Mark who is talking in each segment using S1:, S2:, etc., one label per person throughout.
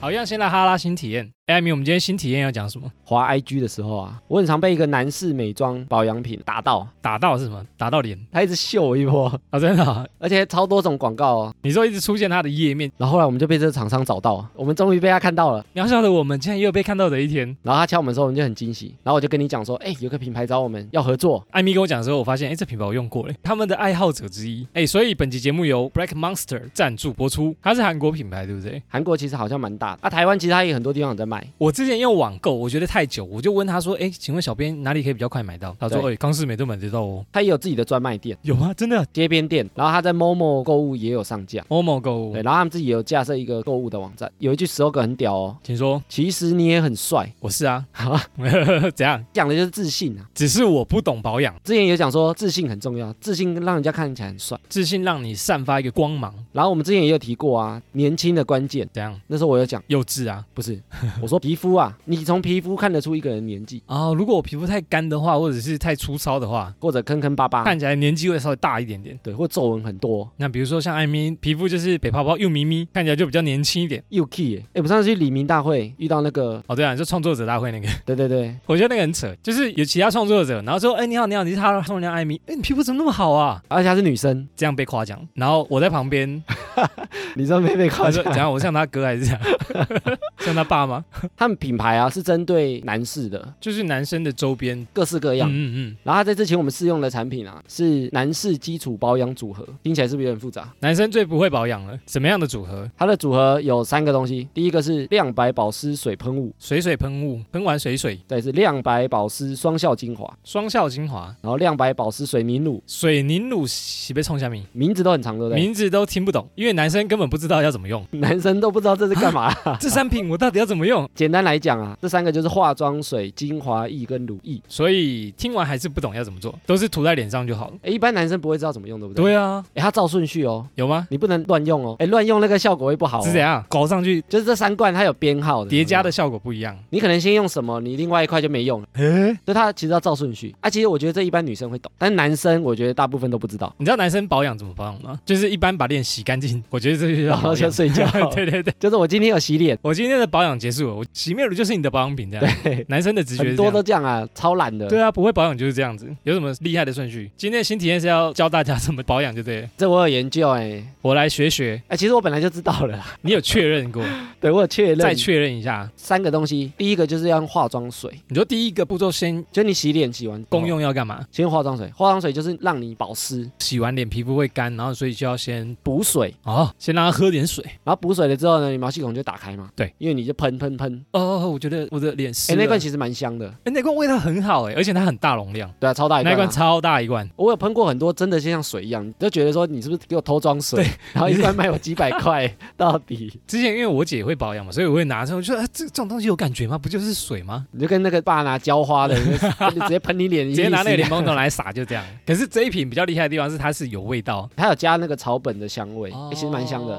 S1: 好，一样先来哈拉新体验。哎，艾米，我们今天新体验要讲什么？
S2: 滑 IG 的时候啊，我很常被一个男士美妆保养品打到，
S1: 打到是什么？打到脸
S2: 他一直秀我一波，
S1: 啊、真的、啊？
S2: 而且超多种广告哦。
S1: 你说一直出现它的页面，
S2: 然后后来我们就被这个厂商找到，我们终于被他看到了。
S1: 渺小的我们竟然也有被看到的一天。
S2: 然后他敲我们的时候，我们就很惊喜。然后我就跟你讲说，哎、有个品牌找我们要合作，
S1: 艾米跟我讲的时候，我发现，哎，这品牌我用过嘞，他们的爱好者之一。哎，所以本集节目由 Black Monster 赞助播出，它是韩国品牌，对不对？
S2: 韩国其实好像蛮大的，啊，台湾其实它也很多地方有在卖。
S1: 我之前用网购，我觉得太久，我就问他说，哎，请问小编哪里可以比较快买到？他说，
S2: 对
S1: 哎，康士美都买得到哦。
S2: 它也有自己的专卖店、
S1: 有吗？真的？
S2: 街边店，然后它在 Momo 购物也有上架。
S1: 某某购物
S2: 对，，然后他们自己也有架设一个购物的网站，有一句 slogan 很屌哦，
S1: 请说。
S2: 其实你也很帅，
S1: 我是啊， 怎样？
S2: 讲的就是自信啊。
S1: 只是我不懂保养，
S2: 之前有讲说自信很重要，自信让人家看起来很帅。
S1: 自信让你散发一个光芒，
S2: 然后我们之前也有提过啊，年轻的关键，
S1: 怎样？
S2: 那时候我有讲，
S1: 幼稚啊！
S2: 不是，我说皮肤啊，你从皮肤看得出一个人年纪，
S1: 哦，如果我皮肤太干的话，或者是太粗糙的话，
S2: 或者坑坑 巴巴，
S1: 看起来年纪会稍微大一点点。
S2: 对，或皱纹很多。
S1: 那比如说像艾米，皮肤就是北泡泡又咪咪，看起来就比较年轻一点。
S2: 又 key，哎、我上次去李明大会遇到那个，
S1: 哦，对啊，就创作者大会那个，
S2: 对对对，
S1: 我觉得那个很扯，就是有其他创作者，然后说，哎，你好，你好，你是他的创作人艾米，哎，你皮肤怎么那么好啊？
S2: 而且她是女生，
S1: 这样被夸奖，然后我在旁 边，
S2: 你知道妹妹
S1: 他
S2: 夸
S1: 说
S2: 奖，
S1: 怎样？我像他哥还是这样？ 像他爸吗？
S2: 他们品牌啊是针对男士的，
S1: 就是男生的周边，
S2: 各式各
S1: 嗯
S2: 样。
S1: 嗯嗯，
S2: 然后他在之前我们试用的产品啊，是男士基础保养组合，听起来是不是有点复杂？
S1: 男生最不会保养了，什么样的组合？
S2: 它的组合有三个东西，第一个是亮白保湿水喷雾，
S1: 水水喷雾，喷完水水，
S2: 再是亮白保湿双效精华，
S1: 双效精华，
S2: 然后亮白保湿水凝乳，
S1: 水凝乳洗被冲下面，
S2: 名字都很长，对不对？
S1: 名字都听不懂，因为男生根本不知道要怎么 用。
S2: 男生都不知道这是干嘛。
S1: 这三瓶我到底要怎么用？
S2: 简单来讲啊，这三个就是化妆水、精华液跟乳液。
S1: 所以听完还是不懂要怎么做，都是涂在脸上就好了。
S2: 哎，一般男生不会知道怎么用，对不对？
S1: 对啊，
S2: 哎，它照顺序哦，
S1: 有吗？
S2: 你不能乱用哦。哎，乱用那个效果会不好、
S1: 是怎
S2: 哦。
S1: 样啊搞上去
S2: 就是这三罐它有编号的，
S1: 叠加的效果不一样。
S2: 你可能先用什么，你另外一块就没用了。所以它其实要照顺序啊。其实我觉得这一般女生会懂，但男生我觉得大部分都不知道，
S1: 你知道男生保养怎么保养吗？就是一般把脸洗干净， 我觉得这就叫
S2: 然后
S1: 保
S2: 就
S1: 养。
S2: 睡觉。
S1: 对对对，
S2: 就是我今天有洗脸，
S1: 我今天的保养结束了，我洗面乳就是你的保养品这样。
S2: 对，
S1: 男生的直觉
S2: 很
S1: 是这
S2: 多都
S1: 样。
S2: 这样啊，超懒的。
S1: 对啊，不会保养就是这样子，有什么厉害的顺序？今天的新体验是要教大家怎么保养，就对了。
S2: 这我有研究哎、
S1: 我来学学，
S2: 哎、其实我本来就知道了啦，
S1: 你有确认过？
S2: 对我有确认。
S1: 再确认一下。
S2: 三个东西，第一个就是要用化妆水，
S1: 你说第一个步骤先
S2: 就你洗脸洗完之后
S1: 公，用要干嘛？
S2: 先用化妆水，化妆水就是让你保湿
S1: 洗完脸皮肤会干，然后所以就要先
S2: 补水，
S1: 哦，先让它喝点水。
S2: 然后补水了之后呢，你毛细孔就打开嘛，
S1: 对，
S2: 因为你就喷喷喷，
S1: 哦，我觉得我的脸湿
S2: 哎、
S1: 了。
S2: 那罐其实蛮香的，
S1: 哎那罐味道很好哎，而且它很大容量，
S2: 对啊，超大一
S1: 那
S2: 罐、
S1: 一
S2: 啊，
S1: 罐超大一罐。
S2: 我有喷过很多，真的就像水一样，你就觉得说你是不是给我偷装水
S1: 对，
S2: 然后一罐卖我几百 块，到底
S1: 之前因为我姐会保养嘛，所以我会拿出来，我就说、啊、这这种东西有感觉吗？不就是水吗？
S2: 你就跟那个爸拿浇花 的，你就你直接喷你脸，
S1: 直接拿那个
S2: 一
S1: 柠
S2: 样，
S1: 檬桶来撒，就这 样。可是这一瓶比较厉害的地方是它是有味道，
S2: 还有加那个草本的香味，
S1: 哦
S2: 欸其实蛮香的。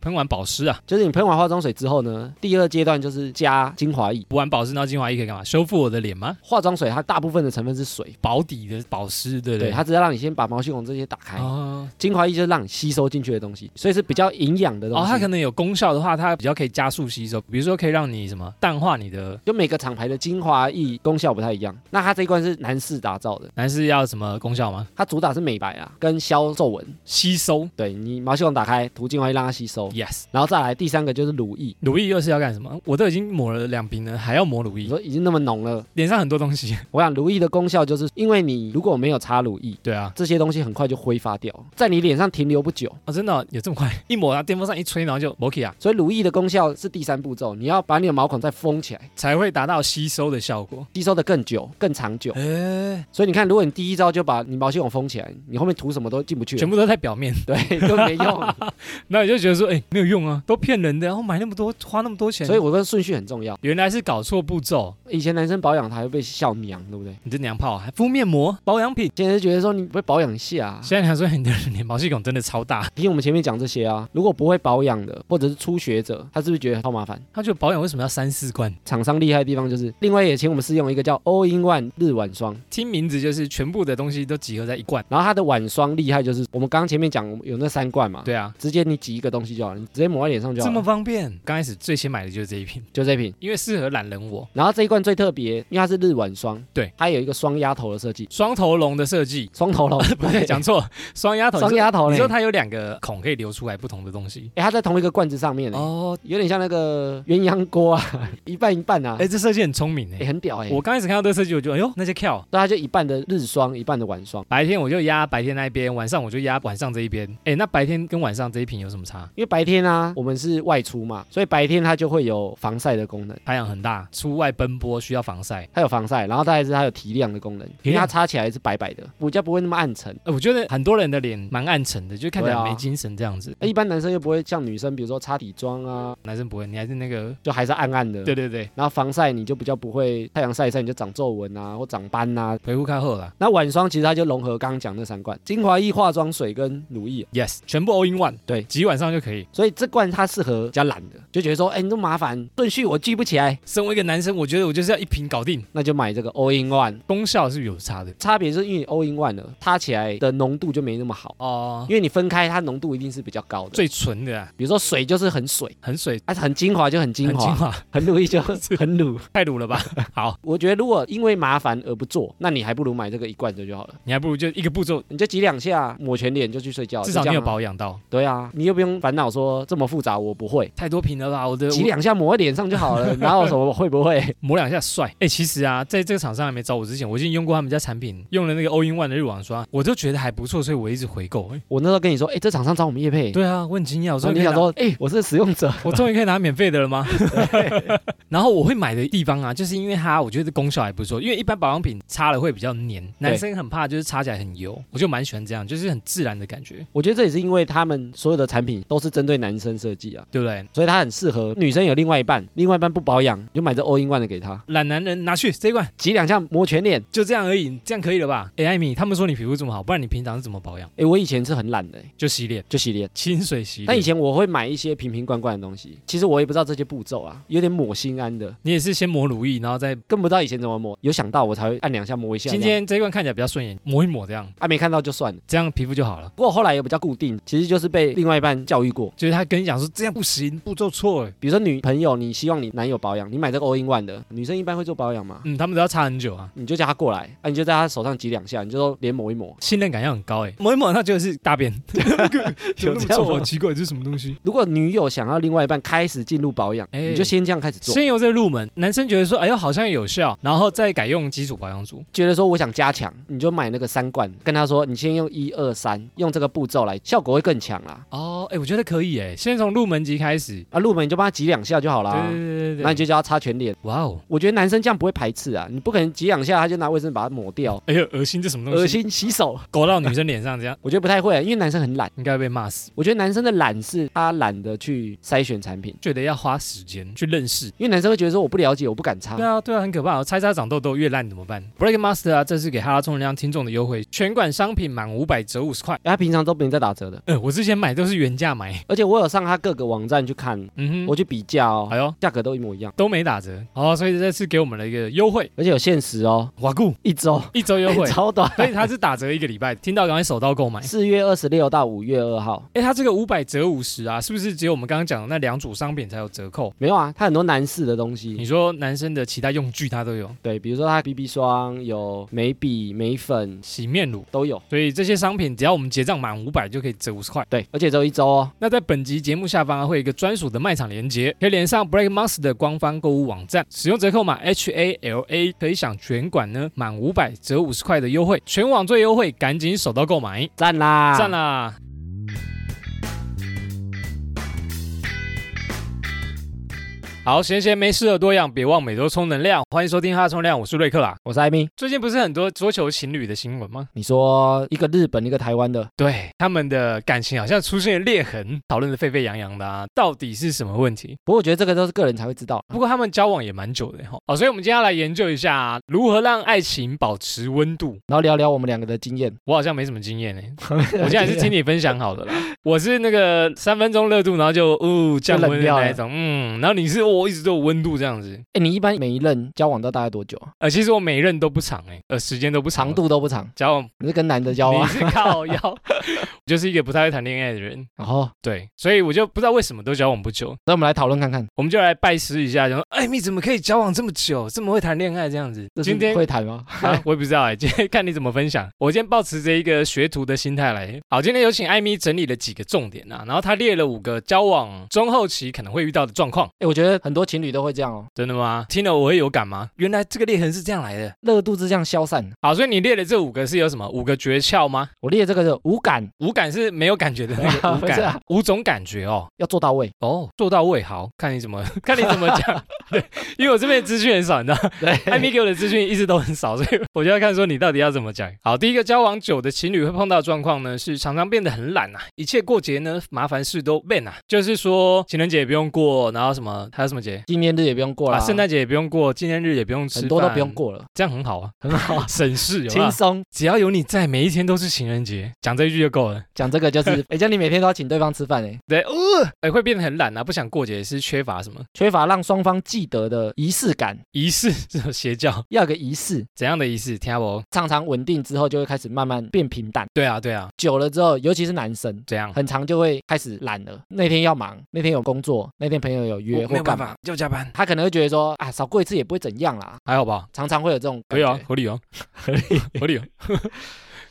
S1: 喷完保湿啊，
S2: 就是你喷完化妆水之后呢，第二阶段就是加精华液。
S1: 补完保湿，然后精华液可以干嘛？修复我的脸吗？
S2: 化妆水它大部分的成分是水，
S1: 保底的保湿，对不对？
S2: 对，它只要让你先把毛细孔这些打开。
S1: 哦
S2: 精华液就是让你吸收进去的东西，所以是比较营养的东
S1: 哦，
S2: 西。
S1: 它可能有功效的话，它比较可以加速吸收，比如说可以让你什么淡化你的，
S2: 就每个厂牌的精华液功效不太一样。那它这一罐是男士打造的，
S1: 男士要什么功效吗？
S2: 它主打是美白啊，跟消皱纹。
S1: 吸收
S2: 对你毛细孔打开，涂精华液让它吸收，
S1: ，yes。
S2: 然后再来第三个就是乳液。
S1: 乳液又是要干什么？我都已经抹了两瓶了，还要抹乳
S2: 你
S1: 液，
S2: 说已经那么浓了，
S1: 脸上很多东西。
S2: 我想乳液的功效就是，因为你如果没有擦乳液，
S1: 对啊，
S2: 这些东西很快就挥发掉，在你脸上停留不久。
S1: 哦，真的哦、有这么快？一抹，然后电风扇一吹，然后就 o k 啊，
S2: 所以乳液的功效是第三步骤，你要把你的毛孔再封起来，
S1: 才会达到吸收的效果。
S2: 吸收的更久、更长久。
S1: 哎，
S2: 所以你看，如果你第一招就把你毛细孔封起来，你后面涂什么都进不去了
S1: 全，部都在表面，
S2: 对，都没用。
S1: 那你就觉得说，哎，没有用啊，都骗人的，然后买那么多，花那么多钱，
S2: 所以我说顺序很重要。
S1: 原来是搞错步骤，
S2: 以前男生保养还会被笑娘，对不对？
S1: 你这娘炮，还敷面膜、保养品。
S2: 现在就觉得说你不会保养一下、啊，
S1: 现在想说哎你的脸毛细孔真的超大，
S2: 听我们前面讲这些啊，如果不会保养的，或者是初学者，他是不是觉得超麻烦？
S1: 他觉得保养为什么要三四罐？
S2: 厂商厉害的地方就是，另外也请我们试用一个叫 All in One 日晚霜，
S1: 听名字就是全部的东西都集合在一罐。
S2: 然后它的晚霜厉害就是，我们刚刚前面讲有那三罐嘛，，
S1: 对啊，
S2: 直接你挤一个东西就好，好，你直接抹在脸上就好
S1: 这
S2: 了。
S1: 么方便。刚开始最先买的就是这一瓶，
S2: 就这瓶。
S1: 因为适合懒人我。
S2: 然后这一罐最特别，因为它是日晚霜，
S1: 对，
S2: 它有一个双鸭头的设计，
S1: 双头龙的设 计，
S2: 双头龙，
S1: 不对，讲错，双鸭头。
S2: 双鸭头
S1: 你
S2: 嘞
S1: 说，它有两个孔可以流出来不同的东西。
S2: 哎，它在同一个罐子上面嘞，
S1: 哦，
S2: 有点像那个鸳鸯锅啊， 一半一半啊，
S1: 哎，这设计很聪明
S2: 哎，
S1: 哎。
S2: 很屌哎。
S1: 我刚开始看到这个设计，我就哎呦，那些 Q。
S2: 对，它就一半的日霜，一半的晚霜，
S1: 白天我就压白天那一边，晚上我就压晚上这一边。哎，那白天跟晚上这一瓶有什么差？
S2: 因为白天
S1: 嗯
S2: 啊，我们是外出嘛，所以白天它就会有防晒的功能。
S1: 太阳很大，出外奔波需要防晒。
S2: 它有防晒，然后再来是它有提亮的功能，因为它擦起来是白白的，比较不会那么暗沉。
S1: 哎，我觉得很多人的脸蛮暗沉的，就看起来
S2: 对啊
S1: 没精神这样子。哎
S2: 那一般男生又不会像女生，比如说擦底妆啊，
S1: 男生不会，你还是那个，
S2: 就还是暗暗的。
S1: 对。对对，
S2: 然后防晒你就比较不会太阳晒一晒你就长皱纹啊或长斑啊。
S1: 回顾看后啦。
S2: 那晚霜其实它就融合刚刚讲那三罐精华液、化妆水跟乳液，
S1: Yes，全部 all in one，
S2: 对
S1: 几晚上就可以。
S2: 所以这罐它适合比较懒的，就觉得说，哎，你这么麻烦，顺序我记不起来，
S1: 身为一个男生，我觉得我就是要一瓶搞定，
S2: 那就买这个 All in One。
S1: 功效是有差的
S2: 差别是因为你 All in One 了，擦起来的浓度就没那么好，
S1: 哦。
S2: 因为你分开它浓度一定是比较高的。
S1: 最纯的、啊，
S2: 比如说水就是很水，
S1: 很水，
S2: 它、很精华就很精
S1: 很
S2: 华
S1: 精，华，
S2: 很努力就 很努。
S1: 太卤了 吧？好，
S2: 我觉得如果因为麻烦而不做，那你还不如买这个一罐的就好了，
S1: 你还不如就一个步骤，
S2: 你就挤两下抹全脸就去睡觉，
S1: 至少
S2: 就这
S1: 你有
S2: 样啊。
S1: 保养到。
S2: 对啊，你又不用烦恼说这么复杂我不会，
S1: 太多瓶了吧？我的
S2: 挤
S1: 我
S2: 两下抹在脸上就 好了，哪有什么会不会？
S1: 抹两下帅。哎、其实啊，在这个厂商还没找我之前，我已经用过他们家产品，用了那个 all in one 的日网刷，我都觉得还不错，所以我一直回购。哎、
S2: 我那时候跟你说，哎，这厂商找我们叶配，
S1: 对啊，我很惊讶，我
S2: 我
S1: 终
S2: 说
S1: 于可
S2: 你
S1: 以
S2: 想
S1: 拿
S2: 说，哎，我是使用者，
S1: 我终于可以拿免费的了吗？然后我会买的地方啊，就是因为它我觉得功效还不错，因为一般保养品擦了会比较黏，男生很怕就是擦起来很油，我就蛮喜欢这样，就是很自然的感觉，
S2: 我觉得这也是因为他们所有的产品都是针对男生设计啊，
S1: 对不对？
S2: 所以它很适合女生有另外一半，另外一半不保养，你就买这 all in one 的给她，
S1: 懒男人拿去这一罐，
S2: 挤两下抹全脸。
S1: 就这样而已，这样可以了吧？哎，艾米，他们说你皮肤这么好，不然你平常是怎么保养？
S2: 哎，我以前是很懒的、
S1: 就洗脸，
S2: 就洗脸。
S1: 清水洗
S2: 但以
S1: 脸。
S2: 前我会买一些瓶瓶罐罐的东西，其实我也不知道这些步骤啊，有点抹心安的，
S1: 你也是先抹乳液，然后再
S2: 更不知道以前怎么抹，有想到我才会按两下摸一下这
S1: 今
S2: 样。
S1: 天这一罐看起来比较顺眼，抹一抹这样，
S2: 啊没看到就算了。
S1: 这样皮肤就好了。
S2: 不过后来也比较固定，其实就是被另外一半教育过，
S1: 就是他跟你讲说这样不行，步骤错了，
S2: 比如说女朋友，你希望你男友保养，你买这个 all in one 的，女生一般会做保养嘛，
S1: 嗯，他们都要擦很久啊。
S2: 你就叫她过来，啊你就在她手上挤两下，你就说脸抹一抹。
S1: 信任感要很高哎、欸，抹一抹它就是大 便，有那么
S2: 有这样
S1: 臭，
S2: 吗
S1: 好奇怪，这是什么东西？
S2: 如果女友想要另外一半开始进入保养，
S1: 哎
S2: 你就先这样开始做，
S1: 先由这个入门，男生觉得说，哎呦好像有效，然后再改用基础保养组，
S2: 觉得说我想加强，你就买那个三罐，跟她说你先用一二三，用这个步骤来，效果会更强啦。
S1: 哦，哎、我觉得可以哎、先从入门级开始，
S2: 啊，入门你就帮她挤两下就好啦
S1: 对。对对
S2: 那
S1: 对
S2: 你
S1: 对，
S2: 就叫她擦全脸，
S1: 哇哦，
S2: 我觉得男生这样不会排斥啊，你不可能挤两下他就拿卫生纸把它抹掉，
S1: 哎呦恶心，这什么
S2: 恶
S1: 东西？
S2: 心洗手，
S1: 勾到女生脸上这样，
S2: 我觉得不太会啊，因为男生很懒。
S1: 应该会被骂死。
S2: 我觉得男生的懒是他懒得去筛选产品，
S1: 觉得要花时间去认识。
S2: 因为男生会觉得说我不了解，我不敢擦
S1: 对。啊，对啊，很可怕、哦。猜擦长痘痘越烂怎么办？Break Master 啊，这是给哈拉充能量听众的优惠，全馆商品满五百折五十块。
S2: 他平常都没在打折的，
S1: 嗯，我之前买都是原价买，
S2: 而且我有上他各个网站去看，
S1: 嗯
S2: 我
S1: 哼，
S2: 去比价哦
S1: 哎，呦，
S2: 价格都一模一样，
S1: 都没打折。哦，所以这次给我们了一个优惠，
S2: 而且有限时哦，
S1: 瓦固
S2: 一周
S1: 一周优 惠，
S2: 哎超短，
S1: 所以它是打折一个礼拜。听到赶快手刀 购买。
S2: 四月二十六到五月二号。
S1: 哎，它这个五百折五十啊，是不是只有我们刚刚讲的那两组商品才有折扣？
S2: 没有啊，他很多男士的东
S1: 你
S2: 西，
S1: 说男生的其他用具它都有，
S2: 对，比如说他 BB 霜、有眉笔、眉粉
S1: 洗面乳，
S2: 都有，
S1: 所以这些商品只要我们结账满五百就可以折五十块。
S2: 对，而且只有一周哦。
S1: 那在本集节目下方啊，会有一个专属的卖场连接，可以连上 Break Monster 的官方购物网站，使用折扣码 H A L A 可以享全馆呢满五百折五十块的优惠，全网最优惠，赶紧手到购买，
S2: 赞啦！
S1: 赞！啦！好，闲闲没事的多样，别忘每周充能量。欢迎收听哈充量，我是瑞克啦。
S2: 我是艾米。
S1: 最近不是很多桌球情侣的新闻吗？
S2: 你说一个日本，一个台湾的，
S1: 对，他们的感情好像出现了裂痕，讨论的沸沸扬扬的啊，到底是什么问题？
S2: 不过我觉得这个都是个人才会知道。
S1: 不过他们交往也蛮久的哈。哦，所以我们今天要来研究一下、如何让爱情保持温度。
S2: 然后聊聊我们两个的 经验。
S1: 我好像没什么经验呢，
S2: 啊
S1: 我现在是听你分享好的啦。我是那个三分钟热度，然后就哦降温的那一种，嗯，然后你是哇、我一直都有温度这样子。
S2: 哎，你一般每一任交往到大概多久啊？
S1: 呃，其实我每任都不长哎、呃，时间都不长。
S2: 长度啊都不长，
S1: 交往
S2: 你是跟男的交
S1: 你
S2: 往，
S1: 是靠腰， 我就是一个不太会谈恋爱的人，
S2: 然后
S1: 对，所以我就不知道为什么都交往不久。
S2: 哦那我们来讨论看看，
S1: 我们就来拜师一下，然后哎，你怎么可以交往这么久，这么会谈恋爱这样子？
S2: 这
S1: 今天
S2: 是会谈吗？
S1: 啊，我也不知道哎、今天看你怎么分享。我今天抱持着一个学徒的心态来。好，今天有请艾米整理了几个重点啊，然后他列了五个交往中后期可能会遇到的状况。
S2: 哎，我觉得很多情侣都会这样哦，
S1: 真的吗？听了我会有感吗？原来这个裂痕是这样来的。
S2: 热度是这样消散。
S1: 好，所以你列的这五个是有什么五个诀窍吗？
S2: 我列这个是无感，
S1: 无感是没有感觉的那 个无
S2: 不是
S1: 感
S2: 啊，
S1: 五种感觉哦。
S2: 要做到 位，
S1: 哦，做到位，好看你怎么 看你怎么讲。对，因为我这边的资讯很少，你知道吗，艾米给我的资讯一直都很少，所以我就要看说你到底要怎么讲。好，第一个交往久的情侣会碰到的状况呢，是常常变得很懒啊，一切过节呢麻烦事都变啊，就是说情人节也不用过，然后什么还有什么节
S2: 纪念日也不用过
S1: 啊，
S2: 了，
S1: 圣诞节也不用过，纪念日也不用吃，
S2: 很多都不用，过了，
S1: 这样很好啊，，
S2: 很好
S1: 省事 有没有
S2: 轻松。
S1: 只要有你在，每一天都是情人节，讲这一句就够了。
S2: 讲这个就是， 哎、这样你每天都要请对方吃饭哎，
S1: 对，呃，哎，会变得很懒啊，不想过节是缺乏什么
S2: 缺乏让双方记得的仪式感，
S1: 仪式，这种邪教
S2: 要有个仪式，
S1: 怎样的仪式？听不？
S2: 常常稳定之后就会开始慢慢变平淡，
S1: 对啊，对啊，
S2: 久了之后，尤其是男生。
S1: 怎样？
S2: 很长就会开始懒了，那天要忙，那天有工作，那天朋友有约
S1: 我没
S2: 或
S1: 有
S2: 干
S1: 办
S2: 嘛，
S1: 法，要加班，
S2: 他可能会觉得说啊，少过一次也不会怎样啦，
S1: 还好吧？
S2: 常常会有这种
S1: 可
S2: 感
S1: 以
S2: 觉。
S1: 啊，合理 啊，合理，合理。啊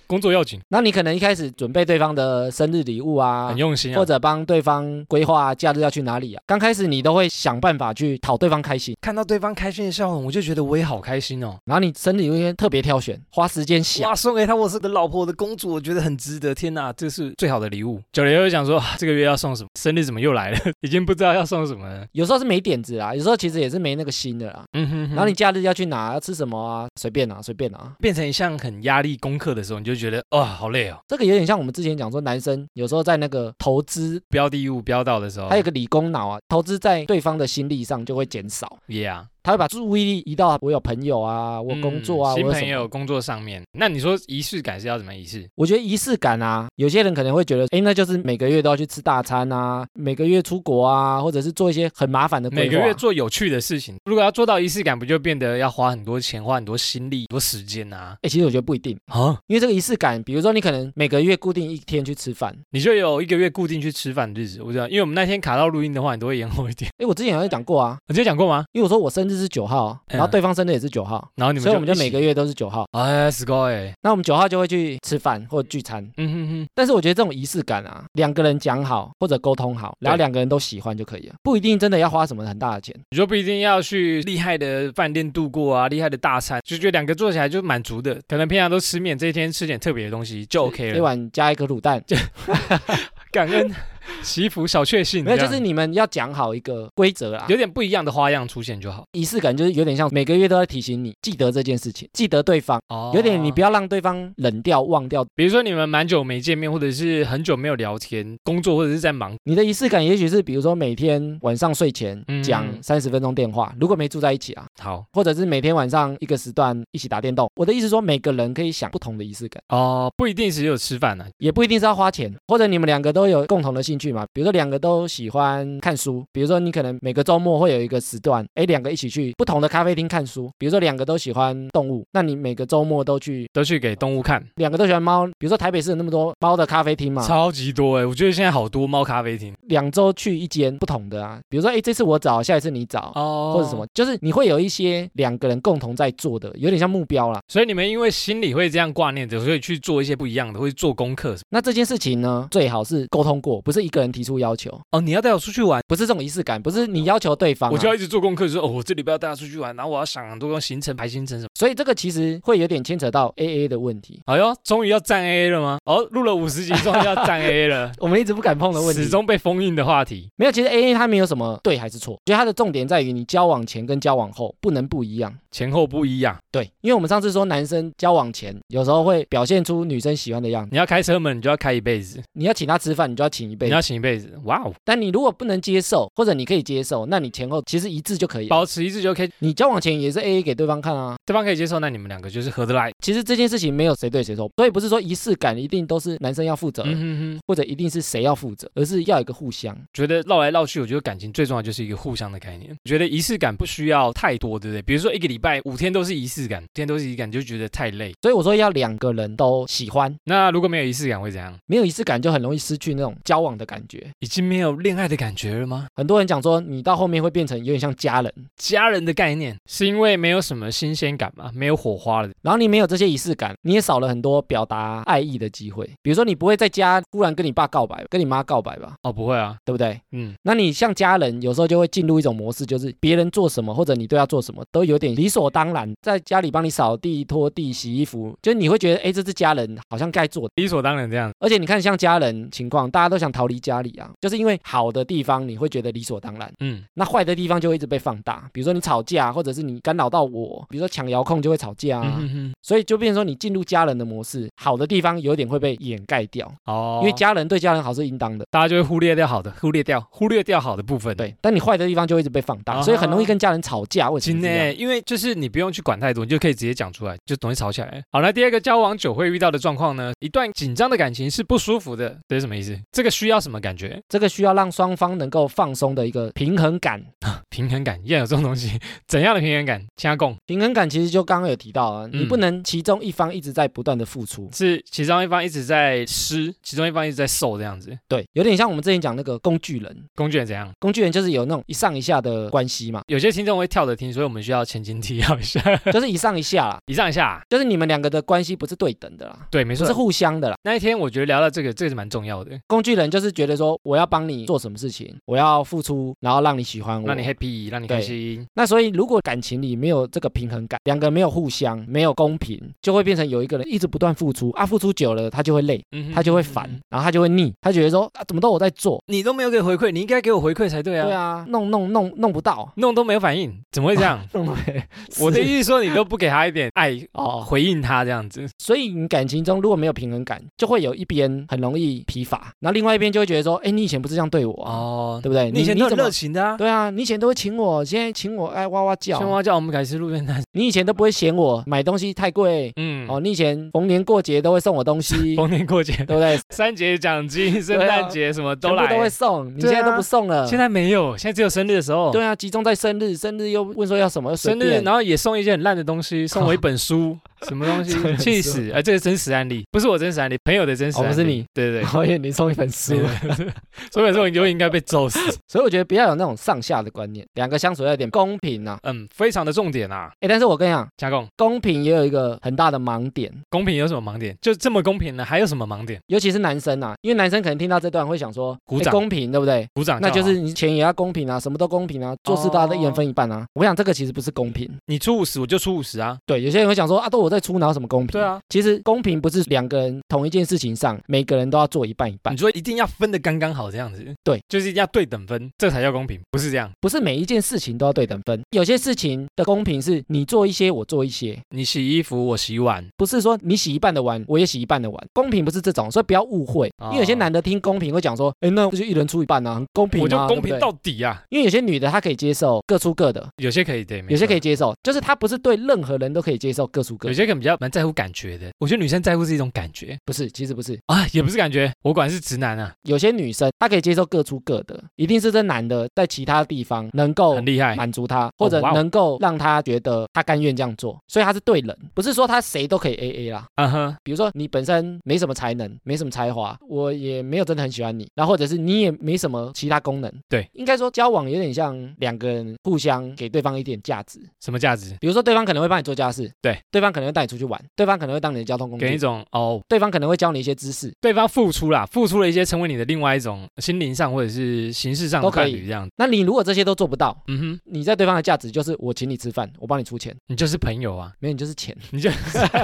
S1: 工作要紧，
S2: 然后你可能一开始准备对方的生日礼物啊
S1: 很，用心啊
S2: 或。者帮对方规划假日要去哪里啊，刚开始你都会想办法去讨对方开心，
S1: 看到对方开心的笑容，我就觉得我也好开心哦。
S2: 然后你生日礼物应该特别挑选，花时间想。
S1: 哇，送给她我是个啊老婆，我的公主，我觉得很值得。天哪，这是最好的礼物。久了也会想说，啊这个月要送什么？生日怎么又来了？ 已经不知道要送什么了。
S2: 有时候是没点子啊啦，有时候其实也是没那个心的啦。
S1: 嗯哼哼
S2: 然后你假日要去哪，要吃什么啊？随便啊，随便啊。
S1: 变成一项很压力功课的时候，你就觉得哇、好累哦。
S2: 这个有点像我们之前讲说，男生有时候在那个投资，
S1: 标的物标到的时候，
S2: 还有个理工脑啊，投资在对方的心力上就会减少，
S1: yeah，
S2: 他会把注意力移到我有朋友啊，我有工作
S1: 嗯
S2: 啊，我
S1: 新
S2: 有
S1: 朋
S2: 什
S1: 友
S2: 么。
S1: 工作上面。那你说仪式感是要怎么仪式？
S2: 我觉得仪式感啊，有些人可能会觉得，哎，那就是每个月都要去吃大餐啊，每个月出国啊，或者是做一些很麻烦的规划。
S1: 每个月做有趣的事情，如果要做到仪式感，不就变得要花很多钱、花很多心力、很多时间啊？
S2: 哎，其实我觉得不一定，
S1: 啊，
S2: 因为这个仪式感，比如说你可能每个月固定一天去吃饭，
S1: 你就有一个月固定去吃饭的日子，我知道，因为我们那天卡到录音的话，你都会延后一点。
S2: 哎，我之前好像讲过啊，
S1: 我之前讲过吗？
S2: 因为我说我生日是九号，
S1: 嗯
S2: 然后对方生日也是九号，
S1: 然后你们
S2: 所以我们就
S1: 一起
S2: 每个月都是九号。
S1: 哎 s c o 哎，
S2: 那我们九号就会去吃饭或聚餐。
S1: 嗯哼哼，
S2: 但是我觉得这种仪式感啊，两个人讲好或者沟通好，然后
S1: 对
S2: 两个人都喜欢就可以了，不一定真的要花什么很大的钱。
S1: 你就不一定要去厉害的饭店度过啊，厉害的大餐，就觉得两个做起来就满足的，可能平常都吃面，这一天吃点特别的东西就 OK
S2: 一
S1: 了。
S2: 碗加一个卤蛋，
S1: 感恩、祈福、小确幸，
S2: 没有，
S1: 这
S2: 就
S1: 样
S2: 是你们要讲好一个规则啊。
S1: 有点不一样的花样出现就好。
S2: 仪式感就是有点像每个月都在提醒你记得这件事情，记得对方，
S1: 哦
S2: 有点你不要让对方冷掉、忘掉。
S1: 比如说你们蛮久没见面，或者是很久没有聊天，工作或者是在忙，
S2: 你的仪式感也许是比如说每天晚上睡前
S1: 嗯
S2: 讲三十分钟电话，如果没住在一起啊，
S1: 好
S2: 或者是每天晚上一个时段一起打电动。我的意思说，每个人可以想不同的仪式感，
S1: 哦，不一定只有吃饭呢、啊
S2: 也不一定是要花钱，或者你们两个都有共同的兴趣嘛，比如说两个都喜欢看书，比如说你可能每个周末会有一个时段，哎，两个一起去不同的咖啡厅看书，比如说两个都喜欢动物，那你每个周末都去，
S1: 都去给动物看，
S2: 两个都喜欢猫，比如说台北市有那么多猫的咖啡厅嘛，
S1: 超级多哎！我觉得现在好多猫咖啡厅
S2: 两周去一间不同的啊，比如说哎，这次我找，下一次你找。
S1: 哦
S2: 或者什么，，就是你会有一些两个人共同在做的，有点像目标啦。
S1: 所以你们因为心里会这样挂念着，所以去做一些不一样的，会做功课什么。
S2: 那这件事情呢，最好是沟通过，不是一个人提出要求，
S1: 哦，你要带我出去玩，
S2: 不是这种仪式感，不是你要求对方、
S1: 哦
S2: 啊
S1: 我就要。一直做功课，说哦，我这礼拜要带他出去玩，然后我要想很多个行程排行程什么。
S2: 所以这个其实会有点牵扯到 A A 的问题，，
S1: 哎呦，终于要站 A 了吗？哦，录了五十集，终于要站 A 了
S2: 我们一直不敢碰的问题
S1: 始。终被封印的话题。
S2: 没有，其实 A A 它没有什么对还是错，觉得它的重点在于你交往前跟交往后不能不一样。
S1: 前后不一样，
S2: 对，因为我们上次说男生交往前有时候会表现出女生喜欢的样子，
S1: 你要开车门，你就要开一辈子；
S2: 你要请她吃饭，你就要请一辈
S1: 你
S2: 子
S1: 要。请情一辈子，哇哦，
S2: 但你如果不能接受，或者你可以接受，那你前后其实一致就可以了。
S1: 保持一致就 OK，
S2: 你交往前也是 A A 给对方看啊。
S1: 对方可以接受，那你们两个就是合得来。
S2: 其实这件事情没有谁对谁错，所以不是说仪式感一定都是男生要负责，
S1: 嗯哼哼，
S2: 或者一定是谁要负责，而是要有一个互相。
S1: 觉得绕来绕去，我觉得感情最重要就是一个互相的概念。我觉得仪式感不需要太多，对不对？比如说一个礼拜五天都是仪式感，五天都是仪式感，你就觉得太累。
S2: 所以我说要两个人都喜欢，
S1: 那如果没有仪式感会怎样？
S2: 没有仪式感就很容易失去那种交往的感觉。
S1: 已经没有恋爱的感觉了吗？
S2: 很多人讲说，你到后面会变成有点像家人，
S1: 家人的概念是因为没有什么新鲜感嘛，没有火花了。
S2: 然后你没有这些仪式感，你也少了很多表达爱意的机会。比如说，你不会在家忽然跟你爸告白，跟你妈告白吧，
S1: 哦，不会啊，
S2: 对不对？
S1: 嗯，
S2: 那你像家人，有时候就会进入一种模式，就是别人做什么或者你对他做什么，都有点理所当然，在家里帮你扫地、拖地、洗衣服，就是你会觉得，哎，这是家人好像该做的。
S1: 理所当然这样。
S2: 而且你看，像家人情况，大家都想逃离家里啊，就是因为好的地方你会觉得理所当然，
S1: 嗯，
S2: 那坏的地方就会一直被放大。比如说你吵架，或者是你干扰到我，比如说抢遥控就会吵架啊，
S1: 嗯哼哼
S2: 所以就变成说你进入家人的模式，好的地方有点会被掩盖掉，
S1: 哦，
S2: 因为家人对家人好是应当的。
S1: 大家就会忽略掉好的，忽略掉忽略掉好的部分。，
S2: 对，但你坏的地方就会一直被放大，所以很容易跟家人吵架。为什
S1: 啊真
S2: 么这样？
S1: 哎的，因为就是你不用去管太多，你就可以直接讲出来，就容易吵起来。好，那第二个交往久会遇到的状况呢？一段紧张的感情是不舒服的，这是什么意思？这个需要什么感觉？
S2: 这个需要让双方能够放松的一个平衡感。
S1: 平衡感，要有这种东西，怎样的平衡感？掐共
S2: 平衡感其实就刚刚有提到啊，你
S1: 嗯
S2: 不能其中一方一直在不断的付出，
S1: 是其中一方一直在施，其中一方一直在受这样子。
S2: 对，有点像我们之前讲那个工具人，
S1: 工具人怎样？，
S2: 工具人就是有那种一上一下的关系嘛
S1: 有些听众会跳着听，所以我们需要前情提要一下，
S2: 就是一上一下啦，
S1: 以上一下。
S2: 就是你们两个的关系不是对等的啦。
S1: 对，没
S2: 不
S1: 错
S2: 是。互相的啦，
S1: 那一天我觉得聊到这个，这个是蛮重要的，
S2: 工具人就是觉得说我要帮你做什么事情，我要付出，然后让你喜欢我，
S1: 让你 happy，让你
S2: 对
S1: 开心。
S2: 那所以，如果感情里没有这个平衡感，两个人没有互相，没有公平，就会变成有一个人一直不断付出啊，付出久了他就会累，
S1: 嗯哼
S2: 他就会烦，然后他就会腻，他觉得说啊，怎么都我在做，
S1: 你都没有给我回馈，你应该给我回馈才对啊。
S2: 对啊，弄弄弄弄不到，？
S1: 弄都没有反应，怎么会这样
S2: 弄不到
S1: 我的
S2: 是
S1: 意思说，你都不给他一点爱哦，
S2: 哦，
S1: 回应他这样子，
S2: 所以你感情中如果没有平衡感，就会有一边很容易疲乏，然后另外一边就会觉得说，哎，你以前不是这样对我啊，
S1: 哦，
S2: 对不对？
S1: 你以前都
S2: 你
S1: 很
S2: 怎么
S1: 热？情的啊。
S2: 对啊，你以前都会请我，现在请我哎哇哇叫
S1: 青，蛙叫我们改吃路边摊，
S2: 你以前都不会嫌我买东西太贵。
S1: 啊嗯，
S2: 哦，你以前逢年过节都会送我东西，
S1: 逢年过节、
S2: 对不对？
S1: 三节奖金、圣诞节什么
S2: 全
S1: 都
S2: 部
S1: 来，
S2: 都会送，你
S1: 对
S2: 现
S1: 啊
S2: 在都不送了。
S1: 现在没有，现在只有生日的时候，
S2: 对啊，集中在生日，生日又问说要什么，又随
S1: 生日，
S2: 便
S1: 然后也送一些很烂的东西，送我一本 书，什么东
S2: 真的
S1: 西，气
S2: 是
S1: 死！哎，这是真实案例，不是我真实案例，朋友的真实
S2: 哦
S1: 案
S2: 不
S1: 例，
S2: 是你，
S1: 对 对对。
S2: 导哦演你送一本书
S1: 对，对对 所以有时候你就应该被揍死，
S2: 所以我觉得不要有那种上下的观念，两个相处要有点公平啊。
S1: 嗯，非常的重点啊，
S2: 哎，但是我跟你讲，
S1: 加工
S2: 公平也有一个很大的盲点，
S1: 公平有什么盲点？就这么公平呢？还有什么盲点？
S2: 尤其是男生啊，因为男生可能听到这段会想说，
S1: 鼓
S2: 诶
S1: 掌啊
S2: 公平对不对？
S1: 鼓掌就
S2: 那
S1: 好，
S2: 就是你钱也要公平啊，什么都公平啊，做事大
S1: 哦
S2: 家都一人分一半啊。我想这个其实不是公平。
S1: 你出五十，我就出五十啊。
S2: 对，有些人会想说啊，都我在出，哪有什么公平？
S1: 对啊，
S2: 其实公平不是两个人同一件事情上，每个人都要做一半一半
S1: 你。说一定要分的刚刚好这样子，
S2: 对，
S1: 就是一定要对等分，这才叫公平，不是这样。
S2: 不是每一件事情都要对等分，有些事情的公平是你做一些，我做一些，
S1: 你洗衣服，我洗碗，
S2: 不是说你洗一半的碗，我也洗一半的碗。公平不是这种，所以不要误会。
S1: 哦
S2: 因为有些男的听公平会讲说，哎，那不就一人出一半啊，很公平啊，
S1: 我就公平
S2: 对不对
S1: 到底啊。
S2: 因为有些女的她可以接受各出各的，
S1: 有些可以对，没错
S2: 有些可以，接受，就是她不是对任何人都可以接受各出各
S1: 有
S2: 的，
S1: 些可能比较蛮在乎感觉的。我觉得女生在乎是一种感觉
S2: 不是，其实不是。
S1: 啊，也不是感觉，我管是直男啊，
S2: 有些女生她可以接受各出各的，一定是这男的在其他地方能够
S1: 很厉害。
S2: 满足他，或者
S1: 哎哇哦
S2: 能够让他觉得他甘愿这样做，所以他是对人，不是说他谁都可以 A A 啦。
S1: 嗯哼，
S2: 比如说你本身没什么才能，没什么才华，我也没有真的很喜欢你，然后或者是你也没什么其他功能，
S1: 对，
S2: 应该说交往有点像两个人互相给对方一点价值，
S1: 什么价值？
S2: 比如说对方可能会帮你做家事，
S1: 对，
S2: 对方可能会带你出去玩，对方可能会当你的交通工
S1: 给人一
S2: 具。
S1: 种哦，
S2: 对方可能会教你一些知识，
S1: 对方付出啦，付出了一些，成为你的另外一种心灵上或者是形式上的
S2: 都可
S1: 伴
S2: 以
S1: 侣这样。
S2: 那你如果这些都做不到，
S1: 嗯哼，
S2: 你在对方的价值就是我请你吃饭，我帮你出钱，
S1: 你就是朋友啊，
S2: 没有你就是钱。
S1: 你就是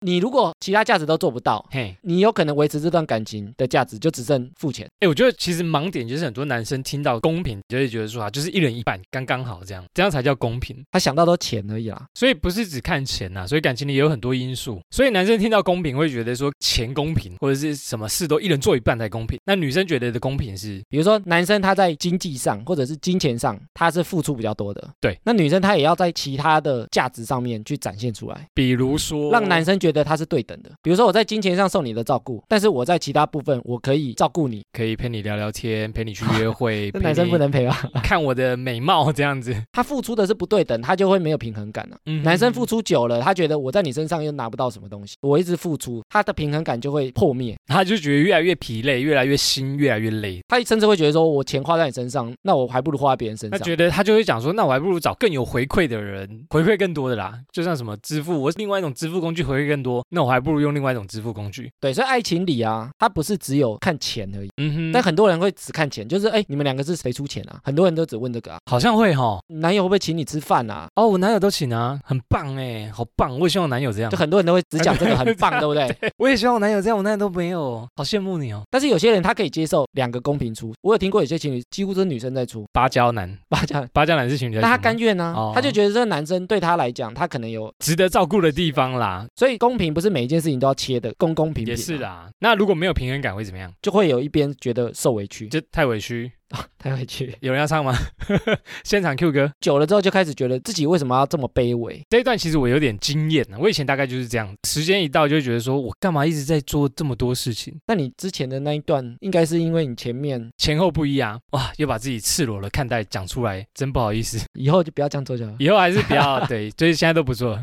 S2: 你如果其他价值都做不到，
S1: 嘿，
S2: 你有可能维持这段感情的价值就只剩付钱。
S1: 哎、我觉得其实盲点就是很多男生听到公平就会觉得说啊，就是一人一半刚刚好这样，这样才叫公平。
S2: 他想到都钱而已啦。
S1: 所以不是只看钱呐、所以感感情里也有很多因素，所以男生听到公平会觉得说钱公平，或者是什么事都一人做一半才公平。那女生觉得的公平是
S2: 比如说男生他在经济上或者是金钱上，他是付出比较多的，
S1: 对，
S2: 那女生她也要在其他的价值上面去展现出来。
S1: 比如说
S2: 让男生觉得他是对等的。比如说我在金钱上受你的照顾，但是我在其他部分我可以照顾你。
S1: 可以陪你聊聊天，陪你去约会，
S2: 那
S1: 陪
S2: 男生
S1: 你
S2: 不能陪吧？
S1: 看我的美貌这样子。
S2: 他付出的是不对等，他就会没有平衡感啊。
S1: 嗯
S2: 男生付出久了，他觉得我在你身上又拿不到什么东西，我一直付出，他的平衡感就会破灭。
S1: 他就觉得越来越疲累，越来越心，越来越累。
S2: 他甚至会觉得说，我钱花在你身上，那我还不如花在别人身
S1: 他
S2: 上。
S1: 觉得他就会讲说，那我还不如找更有回馈的人，回馈更多的啦。就像什么支付，我另外一种支付工具回馈更多，那我还不如用另外一种支付工具。
S2: 对，所以爱情里啊，他不是只有看钱而已。
S1: 嗯哼，
S2: 但很多人会只看钱，就是哎，你们两个是谁出钱啊？很多人都只问这个啊，
S1: 好像会哈。
S2: 男友会不会请你吃饭啊？
S1: 哦，我男友都请啊，很棒哎，好棒！我也希望我男友这样
S2: 就，很多人都会只讲这个，很 棒，对不对？
S1: 我也希望我男友这样，我男友都没有，好羡慕你哦。
S2: 但是有些人他可以接受两个公平出，我有听过有些情侣几乎都是女生在出
S1: 芭蕉男，
S2: 八家，
S1: 芭蕉男是情侣在
S2: 那
S1: 一起吗，
S2: 他甘愿呢、
S1: 哦
S2: 他就觉得这个男生对他来讲，他可能有，
S1: 值得照顾的地方啦，
S2: 所以公平不是每一件事情都要切的公公平平、啊
S1: 也是，啊啦。那如果没有平衡感会怎么样？
S2: 就会有一边觉得受委屈，
S1: 就太委屈。
S2: 太委屈，
S1: 有人要唱吗？ 现场 Q 歌
S2: 久了之后就开始觉得自己为什么要这么卑微，
S1: 这一段，其实我有点经验啊。我以前大概就是这样，时间一到就会觉得说我干嘛一直在做这么多事情，
S2: 那你之前的那一段应该是因为你前面
S1: 前后不一啊，哇，又把自己赤裸的看待讲出来，真不好意思。
S2: 以后就不要这样做就好，
S1: 以后还是不要对，就是现在都不做，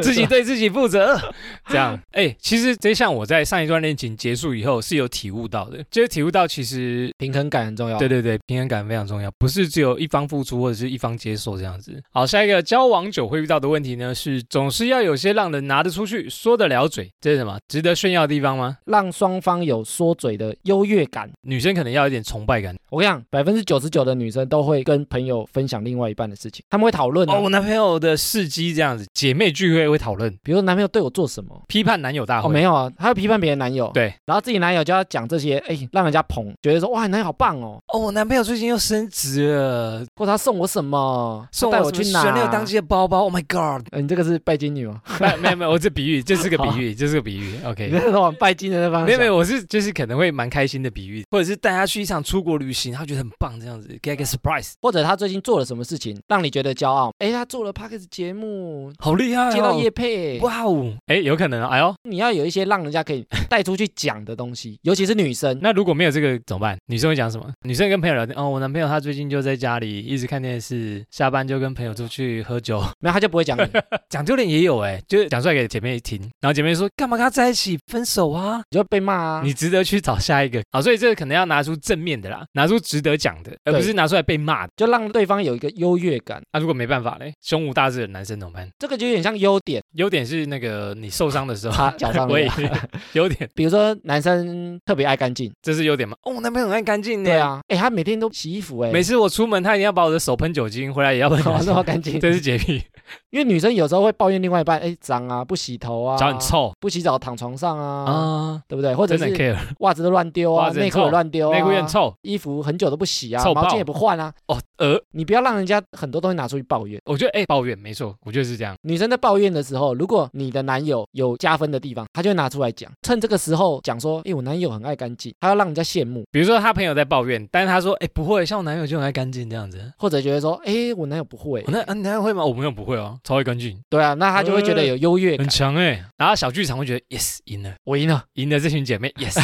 S1: 自己 对自啊己负责。这样，哎、其实这项我在上一段恋情结束以后是有体悟到的，就是体悟到其实
S2: 平衡感很重要，
S1: 对，对对，平衡感非常重要，不是只有一方付出或者是一方接受这样子。好，下一个交往久会遇到的问题呢，是总是要有些让人拿得出去、说得了嘴，这是什么？值得炫耀的地方吗？
S2: 让双方有说嘴的优越感。
S1: 女生可能要有点崇拜感。
S2: 我跟你讲，百分之九十九的女生都会跟朋友分享另外一半的事情，他们会讨论、啊、
S1: 哦，我男朋友的事迹这样子，姐妹聚会会讨论，
S2: 比如说男朋友对我做什么。
S1: 批判男友大
S2: 哦，
S1: 会。
S2: 没有啊，他会批判别人男友，
S1: 对，
S2: 然后自己男友就要讲这些，哎，让人家捧，觉得说哇，你男友好棒哦，
S1: 哦，我男朋友最近又升职了，
S2: 或者他送我什么，
S1: 送
S2: 他带
S1: 我
S2: 我
S1: 什么
S2: 去哪，
S1: 选六当季的包包。Oh my god！
S2: 呃，你这个是拜金女吗？
S1: 没没有没有，我这比喻，这是个比 喻，这是个比喻。OK，
S2: 你这是往拜金 的那方向，
S1: 没有没有，我是就是可能会蛮开心的比喻，或者是带他去一场出国旅行，他觉得很棒这样子，给他一个 surprise，
S2: 或者他最近做了什么事情让你觉得骄傲？哎，他做了 p o d c a s 节目，
S1: 好厉害、哦，
S2: 接到业配，
S1: 哇哦，哎，有可能、啊，哎呦，
S2: 你要有一些让人家可以带出去讲的东西， 尤其是女生，
S1: 那如果没有这个怎么办？女生会讲什么？女生跟朋友聊天，哦，我男朋友他最近就在家里一直看电视，下班就跟朋友出去喝酒，
S2: 没有他就不会讲你，你
S1: 讲丢脸也有哎、就是讲出来给姐妹听，然后姐妹说干嘛跟他在一起，分手啊，
S2: 就会被骂啊。
S1: 你值得去找下一个啊，所以这个可能要拿出正面的啦，拿出值得讲的，而不
S2: 对
S1: 是拿出来被骂的。啊
S2: 就让对方有一个优越感，
S1: 那、如果没办法嘞，胸无大志的男生怎么办？
S2: 这个就有点像优点，
S1: 优点是那个你受 伤的啊时候，
S2: 他脚上
S1: 我
S2: 面
S1: 也。优点，
S2: 比如说男生特别爱干净，
S1: 这是优点吗？哦，我男朋友很爱干净呢。
S2: 对，啊，哎、他每天都洗衣服、哎，
S1: 每次我出门，他一定要把我的手喷酒精，回来也要喷酒
S2: 搞那
S1: 精。
S2: 么干 净。
S1: 这是洁癖，
S2: 因为女生有时候会抱怨另外一半，哎、脏啊，不洗头啊，
S1: 找你臭
S2: 不洗澡躺床上啊，
S1: 啊，
S2: 对不对？或者
S1: 真的很
S2: 是
S1: care，
S2: 袜子都乱丢
S1: 袜
S2: 啊，
S1: 子很
S2: 内裤也
S1: 臭
S2: 乱丢啊，
S1: 内裤也很，臭
S2: 衣服很久都不洗啊，
S1: 臭
S2: 毛
S1: 爆
S2: 巾也不换啊，
S1: 哦。呃，
S2: 你不要让人家很多东西拿出去抱怨。
S1: 我觉得哎，抱怨没错，我觉得是这样。
S2: 女生在抱怨的时候，如果你的男友有加分的地方，他就会拿出来讲，趁这个时候讲说，哎、我男友很爱干净，他要让人家羡慕，
S1: 比如说他朋友在抱怨，但是他说哎不会，像我男友就很爱干净这样子。
S2: 或者觉得说，哎、我男友不会
S1: 我，那啊你男友会吗？我朋友不会哦，超爱干净，
S2: 对啊，那他就会觉得有优越感
S1: 很，强哎。然后小剧场会觉得 yes 赢了，
S2: 我赢了，
S1: 赢了这群姐妹 yes，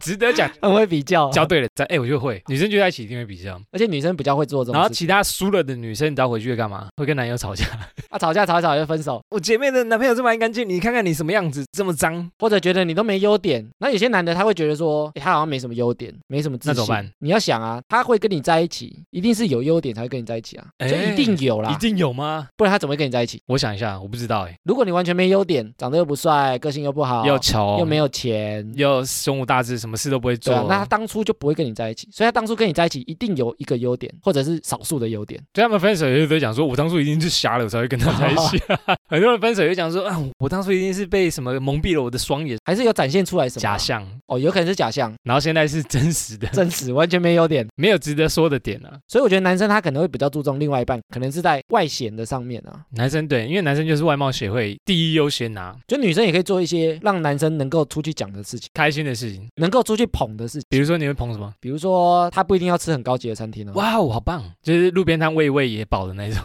S1: 值 得讲。
S2: 很会比较，
S1: 教对了，在哎我就会，女生聚在一起一定会比较。
S2: 而且女生比较会做这
S1: 然
S2: 种
S1: 后
S2: 事情。
S1: 其他输了的女生，你知道回去会干嘛？会跟男友吵架。
S2: 啊，吵架吵一吵就分手，
S1: 我姐妹的男朋友这么爱干净，你看看你什么样子，这么脏，
S2: 或者觉得你都没优点。那有些男的他会觉得说，诶他好像没什么优点，没什么自信。
S1: 那怎么办？
S2: 你要想啊，他会跟你在一起，一定是有优点才会跟你在一起啊，
S1: 诶
S2: 就一定有啦，
S1: 一定有吗？
S2: 不然他怎么会跟你在一起？
S1: 我想一下，我不知道哎、
S2: 如果你完全没优点，长得又不帅，个性又不好，
S1: 要巧，
S2: 又没有钱。
S1: 要胸无大志，什么事都哦不会
S2: 对
S1: 做。哦
S2: 啊，那他当初就不会跟你在一起，所以他当初跟你在一起一定有一个优点，或者是少数的优点。
S1: 对他们分手也都讲说，我当初一定是瞎了，我才会跟他在一起。啊 很多人分手也讲说，啊，我当初一定是被什么啊蒙蔽了我的双眼，
S2: 还是有展现出来什么
S1: 假象，
S2: 哦，有可能是假象，
S1: 然后现在是真实的，
S2: 真实完全没优点。
S1: 没有值得说的点啊。
S2: 所以我觉得男生他可能会比较注重另外一半，可能是在外显的上面啊，
S1: 男生对，因为男生就是外貌协会第一优先拿
S2: 就女生也可以做一些让男生能够出去讲的事情，
S1: 开心的事情，
S2: 能够出去捧的事情。
S1: 比如说你会捧什么？
S2: 比如说，他不一定要吃很高级的餐厅哦，
S1: 哇哦，好棒！就是路边摊喂一喂也饱的那种。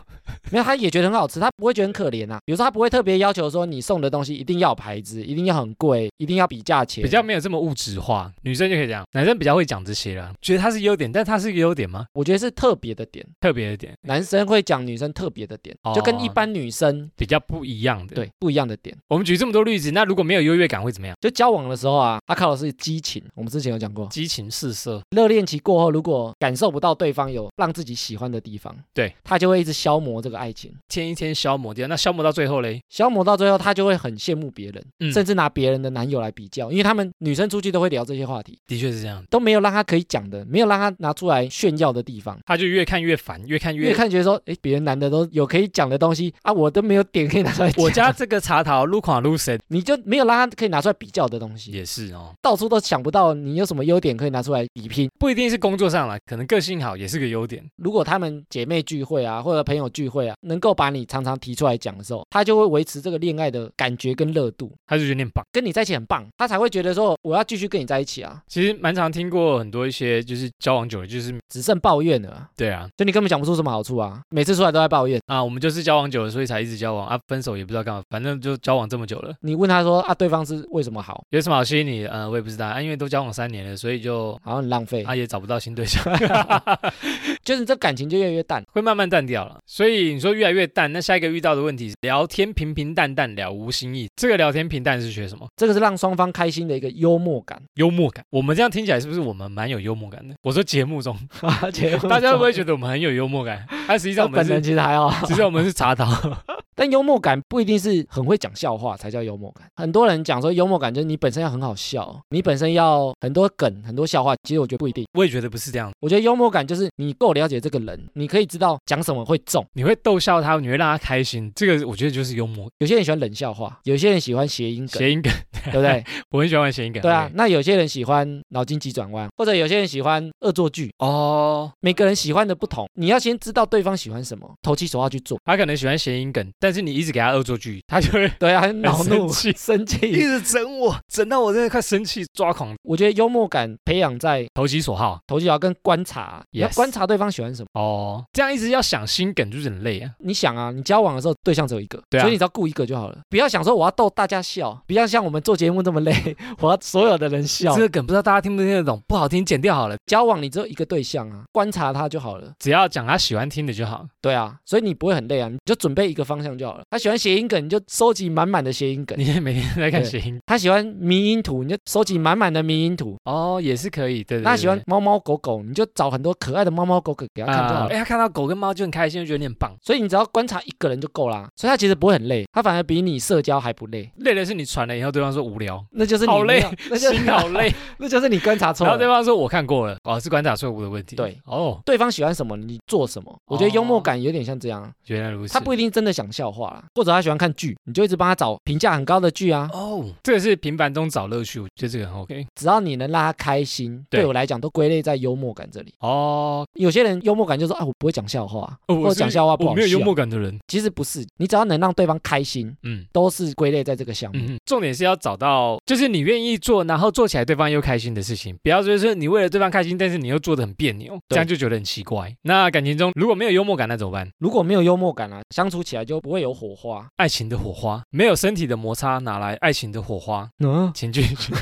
S2: 没有，他也觉得很好吃，他不会觉得很可怜啊。比如说，他不会特别要求说你送的东西一定要有牌子，一定要很贵，一定要比价钱，
S1: 比较没有这么物质化，女生就可以这样，男生比较会讲这些啦。觉得它是优点，但它是一个优点吗？
S2: 我觉得是特别的点，
S1: 特别的点，
S2: 男生会讲女生特别的点，
S1: 哦
S2: 就跟一般女生
S1: 比较不一样的。，
S2: 对不一样的点。
S1: 我们举这么多例子，那如果没有优越感会怎么样？
S2: 就交往的时候啊，他靠的是激情，我们之前有讲过，
S1: 激情四射，
S2: 热恋期过后，如果感受不到对方有让自己喜欢的地方，
S1: 对
S2: 他就会一直消磨这个爱情，
S1: 天一天消磨掉，那消磨到最后嘞，
S2: 消磨到最后，他就会很羡慕别人，
S1: 嗯
S2: 甚至拿别人的男友来比较，因为他们女生出去都会聊这些话题，
S1: 的确是这样，
S2: 都没有让他可以讲的，没有让他拿出来炫耀的地方。
S1: 他就越看越烦，越看越。
S2: 越看觉得说，诶，别人男的都有可以讲的东西啊，我都没有点可以拿出来讲，
S1: 我家这个茶桃撸垮撸谁
S2: 你就没有让他可以拿出来比较的东西，
S1: 也是哦，
S2: 到处都想不到你有什么优点可以拿出来比拼。
S1: 不一定是工作上啦，可能个性好也是个优点。
S2: 如果他们姐妹聚会啊，或者朋友聚会啊，能够把你常常提出来讲的时候，他就会维持这个恋爱的感觉跟热度，
S1: 他就觉得你很棒。
S2: 跟你在一起很棒，他才会觉得说我要继续跟你在一起啊，
S1: 其实蛮常听过很多一些，就是交往久了，就是
S2: 只剩抱怨了啊，
S1: 对啊
S2: 就你根本讲不出什么好处啊，每次出来都在抱怨。
S1: 啊，我们就是交往久了，所以才一直交往啊，分手也不知道干嘛，反正就交往这么久了，
S2: 你问他说啊，对方是为什么好，
S1: 有什么好吸引你的？呃，我也不知道啊，因为都交往三年了，所以就
S2: 好像很浪费，
S1: 啊也找不到新对象，
S2: 就是这感情就越来越淡。
S1: 会慢慢淡掉了。所以你说越来越淡，那下一个遇到的问题，聊天平平淡淡，了无新意。这个聊天平淡是学什么？
S2: 这个是让双方开心的一个幽 默感。
S1: 幽默感。我们这样听起来是不是我们蛮有幽默感的？我说节目 中，
S2: 大
S1: 大家会不会
S2: 得
S1: 觉 得我们很有幽默感？但实际 上我们
S2: 本人
S1: 是，
S2: 其实还好？
S1: 实际上我们是茶桃。
S2: 但幽默感不一定是很会讲笑话才叫幽默感。很多人讲说幽默感就是你本身要很好笑，你本身要很多梗、很多笑话。其实我觉得不一定，
S1: 我也觉得不是这样，
S2: 我觉得幽默感就是你够了解这个人，你可以知道讲什么会中。
S1: 你会逗笑他，你会让他开心，这个我觉得就是幽默
S2: 有些人喜欢冷笑话，有些人喜欢谐音梗，
S1: 谐音梗。
S2: 对 不对？
S1: 我很喜欢玩谐音梗。
S2: 对啊
S1: OK。。
S2: 那有些人喜欢脑筋急转弯，或者有些人喜欢恶作剧。
S1: 哦，
S2: 每个人喜欢的不同，你要先知道对方喜欢什么，投其所好去做。
S1: 他可能喜欢谐音梗，但是你一直给他恶作剧，他就会
S2: 对啊，恼怒、
S1: 生气
S2: 生
S1: 一
S2: 气。
S1: 直整我，整到我真的快生气抓狂，
S2: 我觉得幽默感培养在
S1: 投其所好。
S2: 投其所好跟观察，你要
S1: Yes
S2: 观察对方喜欢什么。
S1: 哦，这样一直要想新梗就是很累啊。
S2: 你想啊，你交往的时候对象只有一个，
S1: 对啊
S2: 所以你只要顾一个就好了，不要想说我要逗大家笑，不要像我们做节目这么累， 我要所有的人笑
S1: 这。个梗不知道大家听不听得懂，不好听剪掉好了，
S2: 交往你只有一个对象啊，观察他就好了。
S1: 只要讲他喜欢听的就好。
S2: 对啊，所以你不会很累啊，你就准备一个方向就好了。他喜欢谐音梗，你就收集满满的谐音梗；
S1: 你也每天在看
S2: 对
S1: 谐音
S2: 他喜欢迷音图，你就收集满满的迷音图。
S1: 哦，也是可以。对对对
S2: 他喜欢猫猫狗狗，你就找很多可爱的猫猫狗狗给他
S1: 对
S2: 看就好
S1: 啊，
S2: 了。
S1: 哎，他看到狗跟猫就很开心，就觉得你很棒。
S2: 所以你只要观察一个人就够啦，所以他其实不会很累，他反而比你社交还不累，
S1: 累的是你传了以后，对方说无 聊，
S2: 那就是你
S1: 好累
S2: 没有，那就是
S1: 心好累，
S2: 那就是你观察错
S1: 然后
S2: 了
S1: 对。方说我看过了，哦，是观察错误的问题。
S2: 对，
S1: 哦，
S2: 对方喜欢什么，你做什么。我觉得幽默感有点像这样，
S1: 原来如此。
S2: 他不一定真的想笑话啦，或者他喜欢看剧，你就一直帮他找评价很高的剧啊。
S1: 哦，这个是平凡中找乐趣，我觉得这个很 OK。
S2: 只要你能让他开心，
S1: 对
S2: 对我来讲都归类在幽默感这里。
S1: 哦，
S2: 有些人幽默感就是啊，我不会讲笑话，
S1: 哦
S2: 或者
S1: 我是
S2: 讲笑话不
S1: 我
S2: 好
S1: 没有幽
S2: 笑。
S1: 默感的人，
S2: 其实不是，你只要能让对方开心，
S1: 嗯
S2: 都是归类在这个项目。
S1: 嗯，重点是要找到，就是你愿意做，然后做起来对方又开心的事情，不要就是你为了对方开心，但是你又做的很别扭，这
S2: 对
S1: 样就觉得很奇怪。那感情中如果没有幽默感，那怎么办？
S2: 如果没有幽默感啊，相处起来就不会有火花。
S1: 爱情的火花，没有身体的摩擦，哪来爱情的火花？
S2: 嗯，
S1: 请继 续。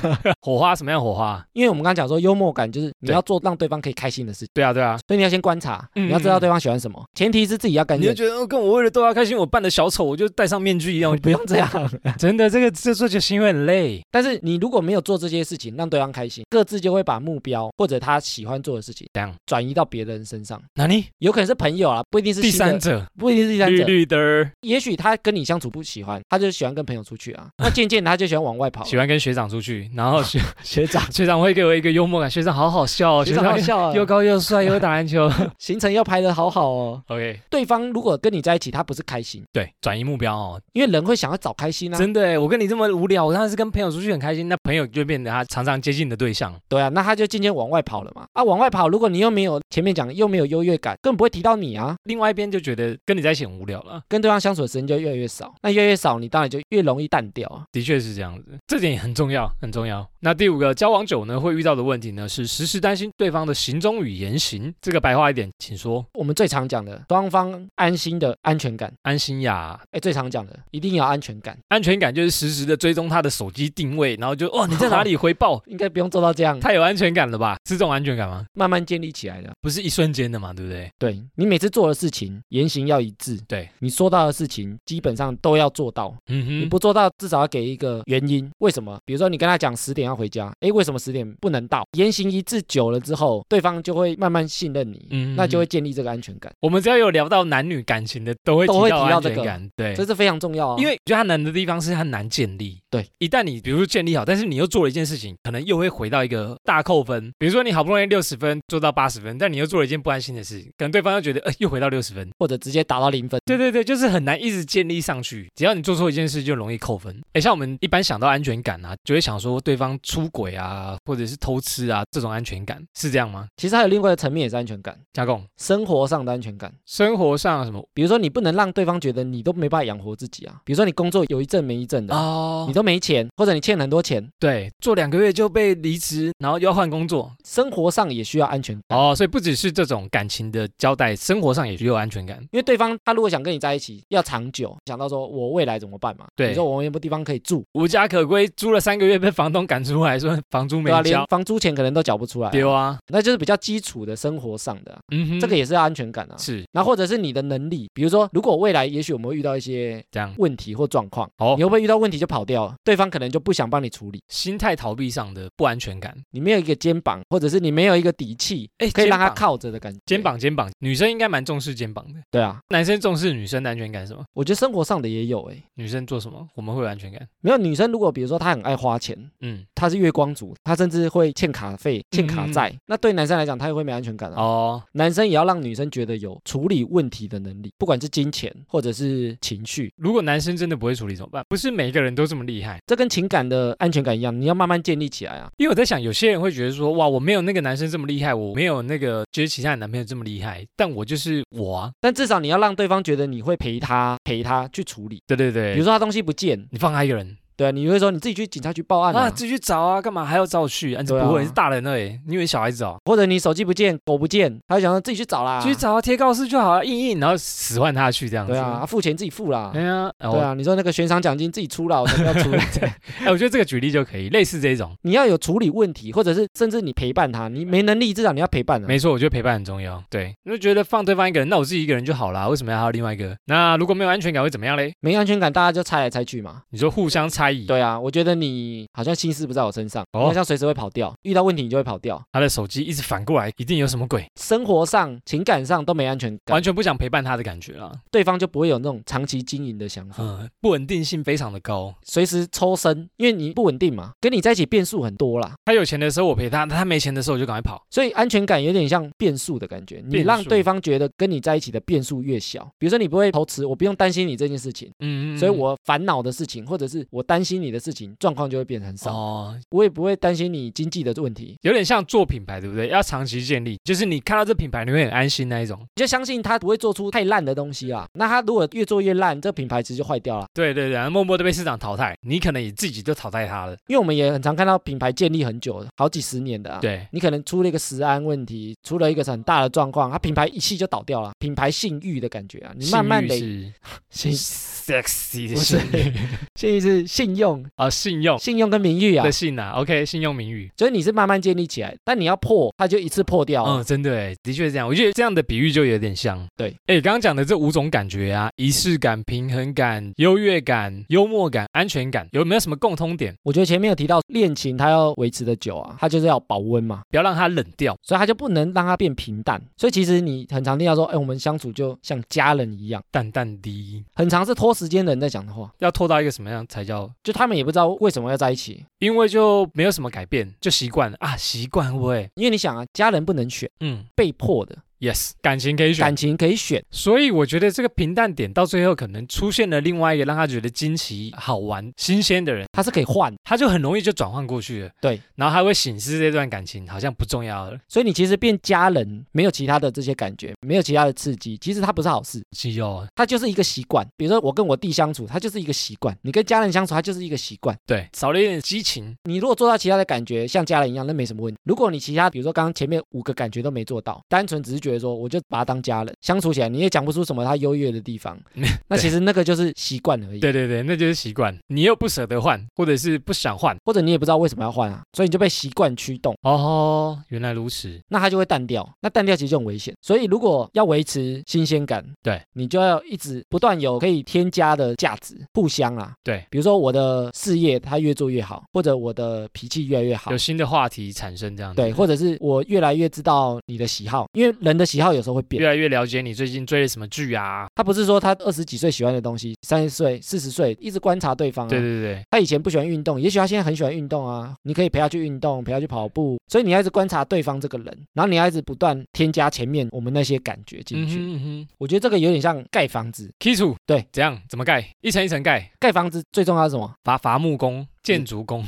S1: 火花什么样的火花？
S2: 因为我们刚刚讲说，幽默感就是你
S1: 对
S2: 要做让对方可以开心的事情，
S1: 对啊，对啊。
S2: 所以你要先观察，
S1: 嗯
S2: 你要知道对方喜欢什么，前提是自己要甘
S1: 你就
S2: 愿。
S1: 觉得，哦跟我为了逗他开心，我扮的小丑，我就戴上面具一 样
S2: 。不用这样，
S1: 真的，这个这做就行为很累。
S2: 但是你如果没有做这些事情，让对方开心，各自就会把目标或者他喜欢做的事情
S1: 这样
S2: 转移到别人身上，
S1: 哪里？
S2: 有可能是朋友啊，不一定是
S1: 第
S2: 新的
S1: 三，者，
S2: 不一定是第三
S1: 绿
S2: 者，
S1: 绿的儿，
S2: 也许他跟你相处不喜欢，他就喜欢跟朋友出去 啊，那渐渐他就喜欢往外跑了，啊
S1: 喜欢 跟学长出去，然后学，
S2: 学长
S1: 学长会给我一个幽默感，学长好好笑哦，
S2: 学长好笑啊，
S1: 又高又帅，又会打篮 球。
S2: 行程要排得好好哦。
S1: OK，
S2: 对方如果跟你在一起，他不是开心，
S1: 对，转移目标哦，
S2: 因为人会想要找开心啊，
S1: 真的耶，我跟你这么无聊，我当然是跟朋友出去很开心，那朋友就变得他常常接近的对象。
S2: 对啊，那他就渐渐往外跑了嘛。啊，往外跑，如果你又没有前面讲又没有优越感，根本不会提到你啊，
S1: 另外一边就觉得跟你在一起很无聊了，
S2: 跟对方相相处的时间就越来越少。那越来越少，你当然就越容易淡掉啊。
S1: 的确是这样子，这点也很重要，很重要。那第五个，交往久呢会遇到的问题呢是时时担心对方的行踪与言行。这个白话一点，请说，
S2: 我们最常讲的，双方安心的安全感，
S1: 安心呀，
S2: 哎，最常讲的一定要安全感，
S1: 安全感就是实时的追踪他的手机定位，然后就哦你在哪里回 报，
S2: 应该不用做到这样，
S1: 太有安全感了吧？是这种安全感吗？
S2: 慢慢建立起来的。
S1: 不是一瞬间的嘛，对不对？
S2: 对你每次做的事情，言行要一致。
S1: 对，
S2: 你说到的事情，基本上都要做到。你
S1: 嗯哼，
S2: 不做到，至少要给一个原因，为什么？比如说你跟他讲十点要回家，诶，为什么十点不能到？言行一致久了之后，对方就会慢慢信任你，
S1: 嗯
S2: 那就会建立这个安全感，
S1: 我们只要有聊到男女感情的，都会
S2: 都会提到
S1: 安
S2: 这
S1: 全
S2: 个
S1: 感，对，
S2: 这是非常重要啊、
S1: 因为我觉得它难的地方是它难建立。
S2: 对，
S1: 一旦你比如说建立好，但是你又做了一件事情，可能又会回到一个大扣分。比如说你好不容易六十分做到八十分，但你又做了一件不安心的事情，可能对方又觉得，呃，又回到六十分。
S2: 或者直接打到零分。
S1: 对对对，就是很难一直建立上去。只要你做错一件事，就容易扣分。哎，像我们一般想到安全感啊，就会想说对方出轨啊，或者是偷吃啊这种安全感，是这样吗？
S2: 其实还有另外一个层面也是安全感，
S1: 加工
S2: 生活上的安全感。
S1: 生活上什么
S2: 比如说你不能让对方觉得你都没办法养活自己啊，比如说你工作有一阵没一阵的。
S1: 哦
S2: 你，都没钱，或者你欠很多钱，
S1: 对，做两个月就被离职，然后又要换工作，
S2: 生活上也需要安全感。
S1: 哦，所以不只是这种感情的交代，生活上也具有安全感。
S2: 因为对方他如果想跟你在一起，要长久，想到说我未来怎么办嘛？
S1: 对
S2: 你说我有没有地方可以住，
S1: 无家可归，租了三个月被房东赶出来，说房租没
S2: 对吧、
S1: 交
S2: 连，房租钱可能都缴不出来、
S1: 丢啊，
S2: 那就是比较基础的生活上的啊、
S1: 嗯哼，
S2: 这个也是要安全感啊。
S1: 是
S2: 然后或者是你的能力，比如说，如果未来也许我们会遇到一些
S1: 这样，
S2: 问题或状况，
S1: 哦
S2: 你会不会遇到问题就跑掉了？对方可能就不想帮你处理，
S1: 心态逃避上的不安全感。
S2: 你没有一个肩膀，或者是你没有一个底气，
S1: 哎，
S2: 可以让他
S1: 肩膀
S2: 靠着的感觉。
S1: 肩，膀，肩膀，女生应该蛮重视肩膀的，
S2: 对啊，
S1: 男生重视女生的安全感是什么？
S2: 我觉得生活上的也有哎、
S1: 女生做什么我们会有安全感？
S2: 没有女生，如果比如说她很爱花钱，
S1: 嗯，
S2: 她是月光族，她甚至会欠卡费、欠卡债，那对男生来讲，他也会没安全感啊。
S1: 哦，
S2: 男生也要让女生觉得有处理问题的能力，不管是金钱或者是情绪，
S1: 如果男生真的不会处理怎么办？不是每个人都这么厉害，
S2: 这跟情感的安全感一样，你要慢慢建立起来啊。
S1: 因为我在想，有些人会觉得说，哇，我没有那个男生这么厉害，我没有那个就是其他的男朋友这么厉害，但我就是我啊，
S2: 但至少你要让对方觉得你会陪他，陪他去处理。
S1: 对对对，
S2: 比如说他东西不见，
S1: 你放他一个人
S2: 对啊，你会说你自己去警察局报案啊，
S1: 啊，自己去找啊，干嘛还要找我去？啊，你
S2: 对啊
S1: 不会，你是大人了耶，你以为小孩子哦？
S2: 或者你手机不见，狗不见，他就想说自己去找啦，
S1: 去找啊，贴告示就好了，印印，然后使唤他去这样子。
S2: 对啊，啊，付钱自己付啦
S1: 哎。呀，哎
S2: 对
S1: 我
S2: 啊，你说那个悬赏奖金自己出啦，我才不 要出来。
S1: 哎，我觉得这个举例就可以，类似这种，
S2: 你要有处理问题，或者是甚至你陪伴他，你没能力，至少你要陪伴啊。
S1: 没错，我觉得陪伴很重要。对，我就觉得放对方一个人，那我自己一个人就好啦，为什么要还有另外一个？那如果没有安全感会怎么样嘞？
S2: 没安全感，大家就猜来猜去嘛。
S1: 你说互相猜疑，
S2: 对啊，我觉得你好像心思不在我身上，
S1: 哦
S2: 好像随时会跑掉，遇到问题你就会跑掉。
S1: 他的手机一直反过来，一定有什么鬼，
S2: 生活上、情感上都没安全感
S1: 完，全不想陪伴他的感觉啦。
S2: 对方就不会有那种长期经营的想法。
S1: 嗯，不稳定性非常的高。
S2: 随时抽身，因为你不稳定嘛，跟你在一起变数很多啦，
S1: 他有钱的时候我陪他，他没钱的时候我就赶快跑。
S2: 所以安全感有点像变数的感觉。你
S1: 变数
S2: 让对方觉得跟你在一起的变数越小，比如说你不会偷吃，我不用担心你这件事情，
S1: 嗯，嗯嗯
S2: 所以我烦恼的事情或者是我担心你的事情，状况就会变得很少。
S1: 哦，
S2: 我也不会担心你经济的问题，
S1: 有点像做品牌，对不对？要长期建立，就是你看到这品牌你会很安心那一种。
S2: 你就相信他不会做出太烂的东西啦。那他如果越做越烂，这品牌其实就坏掉了。
S1: 对对对，然后默默的被市场淘汰，你可能也自己就淘汰它了。
S2: 因为我们也很常看到品牌建立很久，好几十年的啊。
S1: 对，
S2: 你可能出了一个食安问题，出了一个很大的状况，它品牌一气就倒掉了，品牌信誉的感觉啊，你慢慢的
S1: 信
S2: 信
S1: 誉是 sexy 的
S2: 不是
S1: 信誉
S2: 信誉是信用，
S1: 啊，信用
S2: 信用跟名誉啊
S1: 的，信啊，OK，信用名誉。
S2: 所以你是慢慢建立起来，但你要破，它就一次破掉啊、
S1: 嗯，真的哎，的确是这样。我觉得这样的比喻就有点像，
S2: 对，
S1: 哎，刚刚讲的这五种感觉啊，仪式感、平衡感、优越感、幽默感、安全感，有没有什么共通点？
S2: 我觉得前面有提到恋情，它要维持的久啊，它就是要保温嘛，
S1: 不要让它冷掉。
S2: 所以它就不能让它变平淡。所以其实你很常听到说，哎，我们相处就像家人一样，
S1: 淡淡的，
S2: 很常是拖时间的人在讲的话，
S1: 要拖到一个什么样才叫？
S2: 就他们也不知道为什么要在一起，
S1: 因为就没有什么改变，就习惯了啊，习惯会，
S2: 因为你想啊，家人不能选，
S1: 嗯，
S2: 被迫的。
S1: Yes，感情可以选
S2: 感。情可以选，
S1: 所以我觉得这个平淡点到最后可能出现了另外一个让他觉得惊奇、好玩、新鲜的人，
S2: 它是可以换。
S1: 他就很容易就转换过去了。
S2: 对，
S1: 然后他会醒思这段感情好像不重要了。
S2: 所以你其实变家人，没有其他的这些感觉，没有其他的刺激，其实它不是好事，
S1: 肌肉，
S2: 它就是一个习惯。比如说我跟我弟相处，它就是一个习惯；你跟家人相处，它就是一个习惯。
S1: 对，少了一点激情，
S2: 你如果做到其他的感觉像家人一样，那没什么问题。如果你其他，比如说刚刚前面五个感觉都没做到，单纯只是觉得说我就把他当家人，相处起来你也讲不出什么他优越的地方
S1: 对，
S2: 那其实那个就是习惯而已。
S1: 对对对，那就是习惯，你又不舍得换，或者是不想换。
S2: 或者你也不知道为什么要换啊，所以你就被习惯驱动，
S1: 哦，原来如此，
S2: 那它就会淡掉。那淡掉其实就很危险，所以如果要维持新鲜感，
S1: 对
S2: 你就要一直不断有可以添加的价值，互相啊。
S1: 对，
S2: 比如说我的事业它越做越好，或者我的脾气越来越好
S1: 有，新的话题产生这样子。
S2: 对，或者是我越来越知道你的喜好，因为人的喜好有时候会变
S1: 越。来越了解你最近追了什么剧啊？
S2: 他不是说他二十几岁喜欢的东西，三十岁、四十岁一直观察对方、啊。
S1: 对对对，
S2: 他以前不喜欢运动，也许他现在很喜欢运动啊。你可以陪他去运动，陪他去跑步，所以你要一直观察对方这个人，然后你要一直不断添加前面我们那些感觉进
S1: 嗯
S2: 去。
S1: 哼嗯哼
S2: 我觉得这个有点像盖房子，
S1: 基础
S2: 对，
S1: 怎样怎么盖？一层一层盖，
S2: 盖房子最重要是什么？
S1: 伐伐木工、建筑工，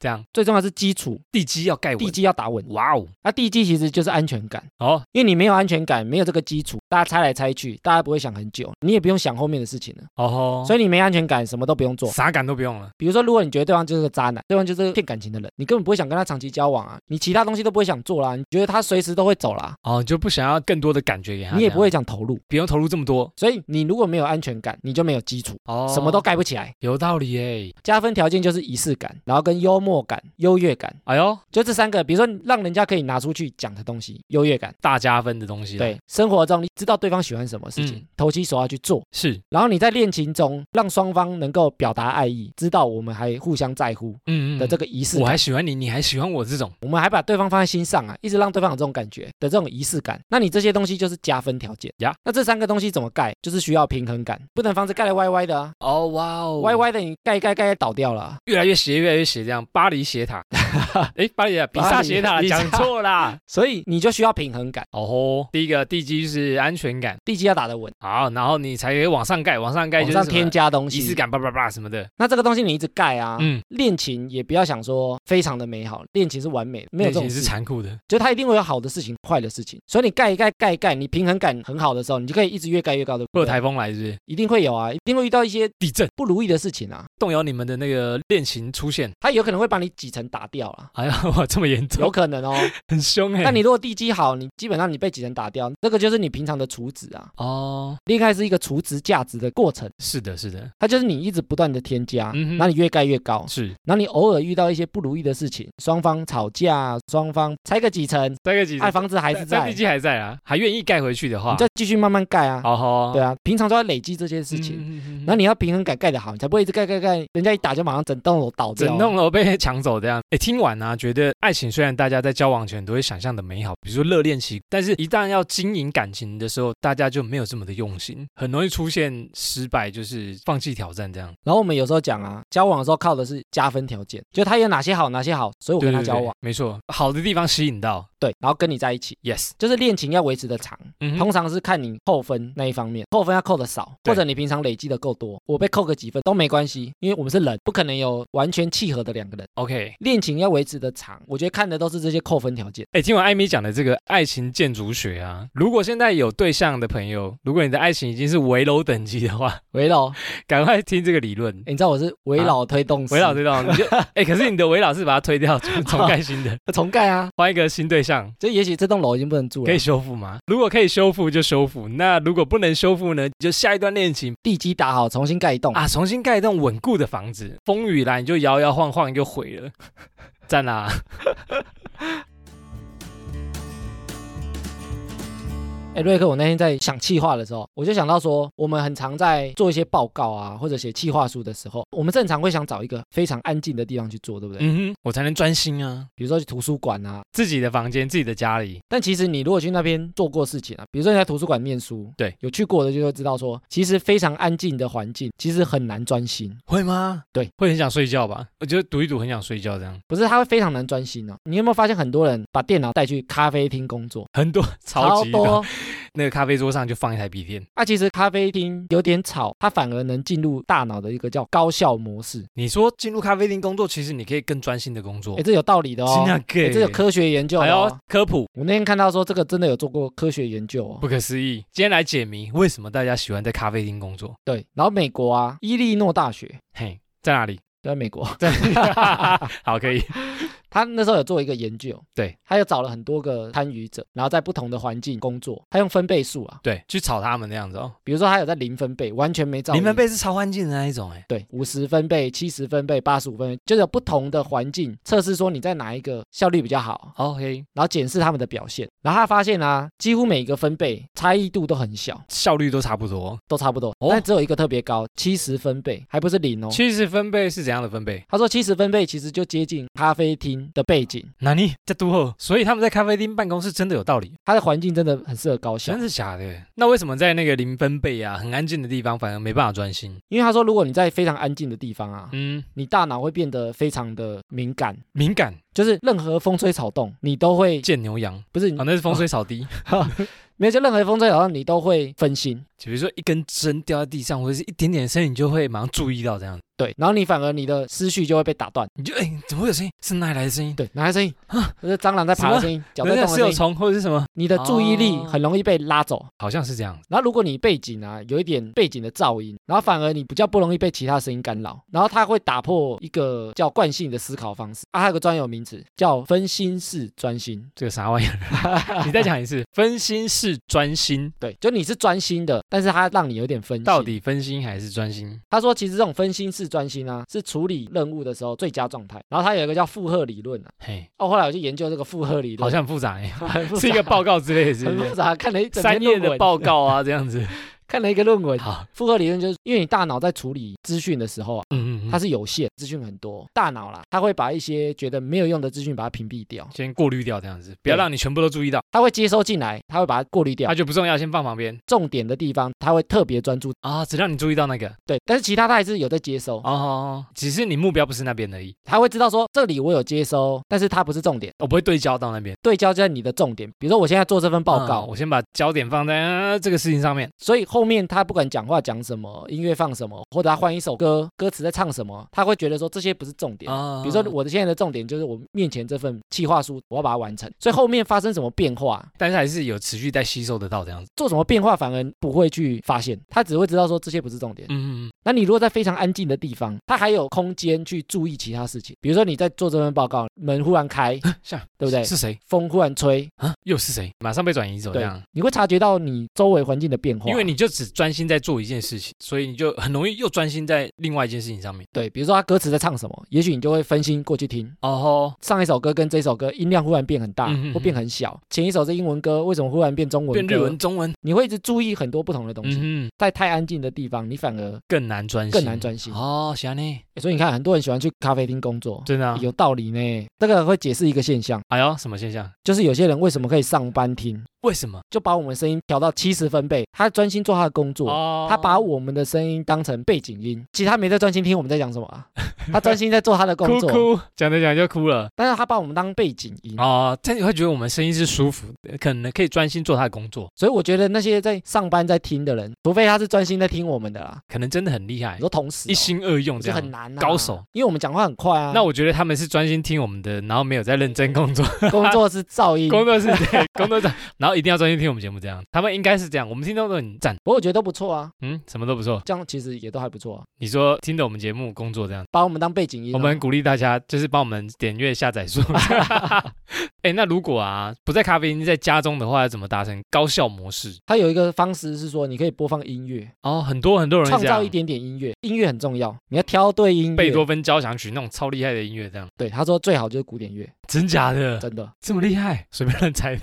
S1: 这样
S2: 最重要是基础，
S1: 地基要盖稳。
S2: 地基要打稳。
S1: 哇哦，
S2: 那、地基其实就是安全感，
S1: 哦，
S2: 因为你没有安全感，没有这个基础，大家猜来猜去，大家不会想很久，你也不用想后面的事情了。
S1: 哦吼，
S2: 所以你没安全感，什么都不用做。
S1: 啥感都不用了。
S2: 比如说，如果你觉得对方就是个渣男，对方就是个骗感情的人，你根本不会想跟他长期交往啊，你其他东西都不会想做啦，你觉得他随时都会走啦，
S1: 哦，你就不想要更多的感觉给他，
S2: 你也
S1: 这样
S2: 不会想投入。
S1: 不用投入这么多，
S2: 所以你如果没有安全感，你就没有基础，
S1: 哦，
S2: 什么都盖不起来。
S1: 有道理耶。
S2: 加分条件就是仪式感，然后跟幽默感、优越感，
S1: 哎呦，
S2: 就这三个，比如说让人家可以拿出去讲的东西，优越感。
S1: 大加分的东西啦。
S2: 对，生活中你知道对方喜欢什么事情，
S1: 嗯
S2: 投其所好去做，
S1: 是，
S2: 然后你在恋情中让双方能够表达爱意，知道我们还互相在乎
S1: 嗯嗯，
S2: 的这个仪式
S1: 我
S2: 感。
S1: 还喜欢你，你还喜欢我这种，
S2: 我们还把对方放在心上啊，一直让对方有这种感觉的这种仪式感。那你这些东西就是加分条件
S1: 呀
S2: 那这三个东西怎么盖，就是需要平衡感，不能房子盖得歪歪的啊，
S1: 哦哇哦
S2: 歪歪的你盖一盖盖倒掉了啊、
S1: 越来越斜，越来越斜，这样巴黎斜 塔，哎，巴黎啊，比萨斜塔
S2: 巴
S1: 啦，
S2: 黎
S1: 讲错啦。
S2: 所以你就需要平衡感，
S1: 哦吼，第一个地基是安全感，
S2: 地基要打得稳，
S1: 好，然后你才可以往上盖，往上盖就
S2: 往
S1: 是
S2: 上
S1: 什么
S2: 添加东
S1: 仪
S2: 西
S1: 式。感，叭叭叭什么的，
S2: 那这个东西你一直盖啊。
S1: 嗯，
S2: 恋情也不要想说非常的美好，恋情是完美的，没有这种
S1: 内心是
S2: 事，
S1: 残酷的，
S2: 就它一定会有好的事情、坏的事情。所以你盖一盖、盖一盖，你平衡感很好的时候，你就可以一直越盖越高的。
S1: 会有台风来是不是？
S2: 一定会有啊，一定会遇到一些
S1: 地震
S2: 不如意的事情啊，
S1: 动摇你们的那个恋情出现，
S2: 它有可能会把你几层打掉啊。
S1: 哎呀， 哇，这么严
S2: 有
S1: 重，
S2: 可 能哦。
S1: 很凶哎。
S2: 那你如果地基好，你基本上你被几人打掉，这个就是你平常的储值啊。
S1: 哦，
S2: 恋爱是一个储值价值的过程，
S1: 是的，是的，
S2: 它就是你一直不断的添加，
S1: 嗯哼
S2: 然后你越盖越高。
S1: 是
S2: 然后你偶尔遇到一些不如意的事情，双方吵架，双方拆个 几层，
S1: 再个几
S2: 爱房子还是
S1: 但
S2: 在，
S1: 地
S2: 你
S1: 基还在啊，还愿意盖回去的话，
S2: 再继续慢慢盖啊。
S1: 好嗯好
S2: 对啊，平常都要累积这些事情，
S1: 情
S2: 然后你要平衡感盖得好，你才不会一直盖盖盖，人家一打就马上整栋楼倒掉。啊
S1: 整栋楼被抢走这样。哎，听完啊，觉得爱情虽然大家在交往前都会想象的美好，比如说热恋期，但是一旦要经营感情的时候，大家就没有这么的用心，很容易出现失败，就是放弃挑战这样。
S2: 然后我们有时候讲啊，交往的时候靠的是加分条件，就他有哪些好，哪些好，所以我
S1: 对
S2: 跟
S1: 对
S2: 他
S1: 对
S2: 交往，，
S1: 没错，好的地方吸引到
S2: 对，然后跟你在一起。
S1: ，yes，
S2: 就是恋情要维持的长，
S1: 嗯哼，
S2: 通常是看你扣分那一方面，扣分要扣的少，
S1: 对
S2: 或者你平常累积的够多，我被扣个几分都没关系，因为我们是人，不可能有完全契合的两个人。
S1: ，OK。
S2: 恋情要维持的长，我觉得看的都是这些扣分条件。
S1: 哎，听完艾米讲的这个爱情建筑学啊，如果现在有对象的朋友，如果你的爱情已经是围楼等级的话，
S2: 围绕，诶
S1: 赶快听这个理论。
S2: 你知道我是围绕推动
S1: 啊
S2: 师，
S1: 围绕这种，你就哎、可是你的围绕是把它推 掉，重重盖新的，
S2: 重盖啊，
S1: 换一个新对象，
S2: 就也许这栋楼已经不能住
S1: 可
S2: 了
S1: 以，修复吗？如果可以修复就修复，那如果不能修复呢，就下一段恋情
S2: 地基打好，重新盖一栋，
S1: 啊，重新盖一栋稳固的房子，风雨来你就摇摇晃晃就毁了， 赞啊啦、
S2: 哎，瑞克，我那天在想企划的时候，我就想到说，我们很常在做一些报告啊，或者写企划书的时候，我们正常会想找一个非常安静的地方去做，对不对？
S1: 嗯哼，我才能专心啊。
S2: 比如说去图书馆啊，
S1: 自己的房间，自己的家里，
S2: 但其实你如果去那边做过事情啊，比如说你在图书馆念书，
S1: 对，
S2: 有去过的就会知道说，其实非常安静的环境，其实很难专心，
S1: 会吗？
S2: 对，
S1: 会很想睡觉吧？我觉得读一读很想睡觉，这样
S2: 不是他会非常难专心哦。你有没有发现很多人把电脑带去咖啡厅工作，
S1: 很多超级多。
S2: 多
S1: 那个咖啡桌上就放一台笔电，
S2: 啊？其实咖啡厅有点吵，它反而能进入大脑的一个叫高效模式，
S1: 你说进入咖啡厅工作，其实你可以更专心的工作啊
S2: 哎，。这有道理的哦
S1: 真的，
S2: 哎
S1: 给
S2: 这有科学研究
S1: 还
S2: 的
S1: 要
S2: 哦。
S1: 哎科普，
S2: 我那天看到说这个真的有做过科学研究哦，
S1: 不可思议。今天来解谜，为什么大家喜欢在咖啡厅工作？
S2: 对，然后美国啊，伊利诺大学
S1: 嘿，在哪里？
S2: 在美国，
S1: 在 好，可以。
S2: 他那时候有做一个研究，
S1: 对，
S2: 他又找了很多个参与者，然后在不同的环境工作，他用分贝数啊，
S1: 对，去吵他们那样子 哦。
S2: 比如说他有在零分贝，完全没噪音，
S1: 林分贝是超安静的那一种，哎，
S2: 对，五十分贝、七十分贝、八十五分贝，就是有不同的环境测试说你在哪一个效率比较好，
S1: 哦 OK，
S2: 然后检视他们的表现，然后他发现啊，几乎每一个分贝差异度都很小，
S1: 效率都差不多。
S2: 都差不多，
S1: 哦
S2: 但只有一个特别高，七十分贝还不是零哦。
S1: 七十分贝是怎样的分贝？
S2: 他说七十分贝其实就接近咖啡厅的背景，
S1: 哪里在读后？所以他们在咖啡厅办公室真的有道理，
S2: 它的环境真的很适合高效
S1: 真。的假的？那为什么在那个零分贝啊很安静的地方反而没办法专心？
S2: 因为他说，如果你在非常安静的地方啊，
S1: 嗯，
S2: 你大脑会变得非常的敏感，
S1: 敏感
S2: 就是任何风吹草动，你都会
S1: 见牛羊，
S2: 不是
S1: 哦，那是风吹草低。
S2: 没有就任何风吹草动，你都会分心。
S1: 就比如说一根针掉在地上，或者是一点点声音，你就会马上注意到这样。
S2: 对，然后你反而你的思绪就会被打断。
S1: 你就哎、怎么会有声音？是哪里来的声音？
S2: 对，哪来声音？就是蟑螂在爬的声音，脚
S1: 人
S2: 在
S1: 家啊
S2: 动的
S1: 是有
S2: 声音，
S1: 虫或者是什么？
S2: 你的注意力很容易被拉走。
S1: 好像是这样。
S2: 然后如果你背景啊有一点背景的噪音，然后反而你比较不容易被其他声音干扰，然后它会打破一个叫惯性的思考方式啊，它有个专有名词叫分心式专心。
S1: 这个啥玩意 儿？ 你再讲一次，分心是专心，
S2: 对，就你是专心的，但是它让你有点分心。
S1: 到底分心还是专心？
S2: 他说，其实这种分心式专心啊，是处理任务的时候最佳状态。然后他有一个叫负荷理论啊，
S1: 嘿，
S2: 哦，后来我去研究这个负荷理论，
S1: 好像很复杂哎、
S2: 很 复杂
S1: 是一个报告之类的，是
S2: 很
S1: 不
S2: 复
S1: 是？
S2: 杂，看了一整篇
S1: 三页
S2: 论
S1: 的
S2: 文，
S1: 报告啊，这样 子。
S2: 看了一个论文。
S1: 好，
S2: 负荷理论就是因为你大脑在处理资讯的时候啊，
S1: 嗯嗯，
S2: 它
S1: 他
S2: 是有限，资讯很多，大脑啦，它会把一些觉得没有用的资讯把它屏蔽掉，
S1: 先过滤掉这样子，不要让你全部都注意到，
S2: 它会接收进来，它会把它过滤掉
S1: 它，就不重要，先放旁边
S2: 重点的地方它会特别专注，
S1: 啊，只让你注意到那个
S2: 对，但是其他它还是有在接收，
S1: 哦，只是你目标不是那边而已，
S2: 它会知道说这里我有接收，但是它不是重点，
S1: 我不会对焦到那边。
S2: 对焦在你的重点，比如说我现在做这份
S1: 嗯
S2: 报告，
S1: 我先把焦点放在、呃这个事情上面。
S2: 所以后面他不管讲话讲什么，音乐放什么，或者他换一首歌，歌词在唱什么，他会觉得说这些不是重点。
S1: 啊
S2: 比如说，我的现在的重点就是我面前这份企划书，我要把它完成。所以后面发生什么变化，
S1: 但是还是有持续在吸收得到这样子。
S2: 做什么变化，反而不会去发现，他只会知道说这些不是重点。
S1: 嗯嗯嗯，
S2: 那你如果在非常安静的地方，他还有空间去注意其他事情。比如说你在做这份报告，门忽 然开，
S1: 像
S2: 对不对？
S1: 是谁
S2: 风忽然吹，
S1: 啊？又是谁？马上被转移走这
S2: 对
S1: 样。，
S2: 你会察觉到你周围环境的变化。
S1: 因为你就只专心在做一件事情，所以你就很容易又专心在另外一件事情上面。
S2: 对，比如说他歌词在唱什么，也许你就会分心过去听。
S1: 哦吼，
S2: 上一首歌跟这首歌音量忽然变很大，
S1: 嗯嗯嗯
S2: 或变很小。前一首是英文歌，为什么忽然变中文
S1: 变
S2: 歌？
S1: 日文、中文，
S2: 你会一直注意很多不同的东西。
S1: 嗯哼，
S2: 在太安静的地方，你反而
S1: 更难专心，
S2: 更难专心。
S1: 哦，想你，
S2: 所以你看，很多人喜欢去咖啡厅工作，
S1: 真的、啊。
S2: 有道理呢。这个会解释一个现象，
S1: 哎呦，什么现象？
S2: 就是有些人为什么可以上班听，
S1: 为什么？
S2: 就把我们声音调到七十分贝，他专心做他的工作。
S1: 哦
S2: 他把我们的声音当成背景音，其实他没在专心听我们在讲什么 啊，他专心在做他的工
S1: 哭
S2: 作，嗯
S1: 哭讲着讲着就哭了
S2: 但是他把我们当背景音，
S1: 哦，但你会觉得我们声音是舒服的，可能可以专心做他的工作，
S2: 所以我觉得那些在上班在听的人，除非他是专心在听我们的啦，
S1: 可能真的很厉害
S2: 很，多同时、
S1: 哎一心二用这
S2: 就
S1: 样
S2: 很。难、啊，
S1: 高手，
S2: 因为我们讲话很快啊，
S1: 那我觉得他们是专心听我们的，然后没有在认真工作，
S2: 工作是噪音，
S1: 工作是对工作上，然后一定要专心听我们节目这样。他们应该是这样，我们听众都很赞，
S2: 不过我觉得都不错啊，
S1: 嗯，什么都不错。
S2: 这样其实也都还不错、啊，
S1: 你说听着我们节目工作这样，
S2: 把我们当背景音啊、
S1: 我们鼓励大家就是帮我们点阅下载数。 哎，那如果啊不在咖啡因在家中的话，要怎么达成高效模式？
S2: 它有一个方式是说，你可以播放音乐，
S1: 哦，很多很多人
S2: 创
S1: 这
S2: 造
S1: 样
S2: 一点点音乐，音乐很重要，你要挑对音
S1: 贝
S2: 乐。
S1: 多芬交响曲那种超厉害的音乐这样，
S2: 对，他说最好就是古典乐，
S1: 真假的
S2: 真的。
S1: 这么厉害？随便乱猜的。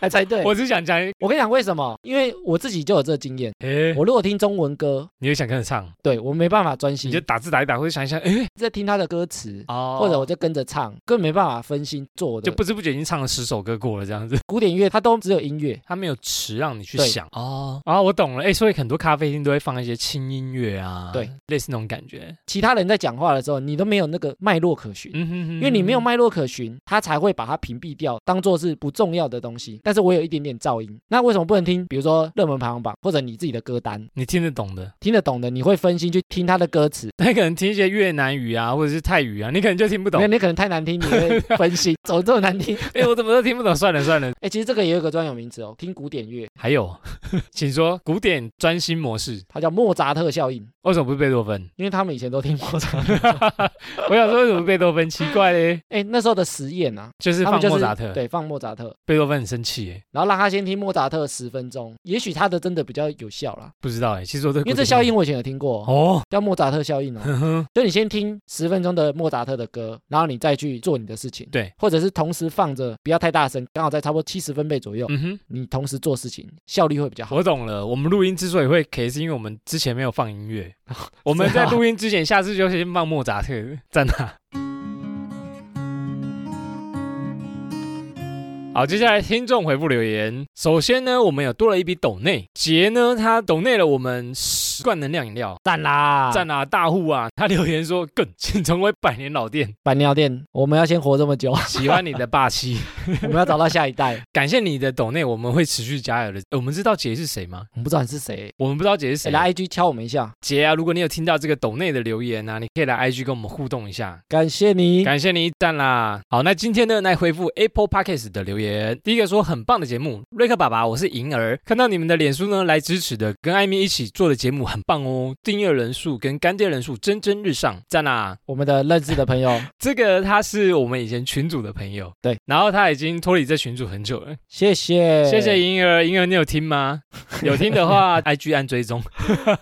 S2: 还猜哎对。
S1: 我只想讲一，
S2: 我跟你讲为什么？因为我自己就有这个经验。
S1: 诶，
S2: 我如嗯果听中文歌，
S1: 你也想跟着唱，
S2: 对我没办法专
S1: 你
S2: 心
S1: 就，打字打一打，或者想一想，诶，
S2: 在听他的歌词，
S1: 哦，
S2: 或者我就跟着唱，根本没办法分心做我的。
S1: 就不知不觉已经唱了十首歌过了，这样子，
S2: 古典乐它都只有音乐，
S1: 它没有词让你去
S2: 对
S1: 想哦。啊，我懂了，诶，所以很多咖啡厅都会放一些轻音乐啊，
S2: 对，
S1: 类似那种感觉，
S2: 其他人在讲话的时候，你都没有那个脉络可循。
S1: 嗯哼哼，
S2: 因为你没有脉络可循，它才会把它屏蔽掉，当做是不重要的东西。但是我有一点点噪音，那为什么不能听？比如说热门排行榜，或者你自己的歌单，
S1: 你听得懂的，
S2: 听得懂的，你会分心去听它的歌词。
S1: 他可能听一些越南语啊，或者是泰语啊，你可能就听不懂
S2: 没有，。你可能太难听，你 会分心，怎么这么难听？
S1: 哎，我怎么都听不懂，算了算了。
S2: 哎，其实这个也有一个专有名词哦，听古典乐，
S1: 还有，请说古典专心模式，
S2: 它叫莫扎特效应，
S1: 为什么不是贝多芬？
S2: 因为他们以前都听莫扎特。
S1: 我想说为什么贝多芬奇怪嘞？
S2: 哎，那时候的实验啊，
S1: 就是
S2: 他
S1: 放
S2: 们就是
S1: 莫扎特，
S2: 对，放莫扎特，
S1: 贝多芬很生气哎，
S2: 然后让他先听莫扎特十分钟，也许他的真的比较有效啦。
S1: 不知道哎，其实我对
S2: 因为
S1: 古
S2: 这
S1: 典
S2: 效应我以前有听过、哦，
S1: 哦，
S2: 叫莫扎特效应哦。
S1: 呵呵
S2: 就你先听十分钟的莫扎特的歌，然后你再去做你的事情，
S1: 对，
S2: 或者是同时放着，不要太大声，刚好在差不多七十分贝左右，
S1: 嗯哼。
S2: 你同时做事情，效率会比较 好。
S1: 我懂了，我们录音之所以会 K，是因为我们之前没有放音乐。 我们在录音之前，下次就先放莫扎特，在哪？ 好，接下来听众回复留言。首先呢，我们有多了一笔抖内，杰呢他抖内了我们十罐能量饮料，
S2: 赞啦！
S1: 赞啊大户啊！他留言说，更请成为百年老 店，
S2: 板尿店，我们要先活这么久，
S1: 喜欢你的霸气，
S2: 我们要找到下一代。
S1: 感谢你的抖内，我们会持续加油的。呃我们知道杰是谁吗？
S2: 我们不知道你是谁，
S1: 我们不知道杰是
S2: 谁
S1: 谁，
S2: 来 IG 敲我们一下，
S1: 杰啊，如果你有听到这个抖内的留言啊，你可以来 IG 跟我们互动一下，
S2: 感谢你。
S1: 感谢你一赞啦。好，那今天呢来回复 Apple Podcast 的留言，第一个说很棒的节目，瑞克爸爸，我是银儿，看到你们的脸书呢来支持的，跟艾米一起做的节目很棒哦，订阅人数跟干爹人数蒸蒸日上，赞啦。
S2: 我们的认识的朋友，
S1: 这个他是我们以前群主的朋友，
S2: 对，
S1: 然后他已经脱离这群主很久了，
S2: 谢谢，
S1: 谢谢银儿，银儿你有听吗？ 有听的话，IG 按追踪。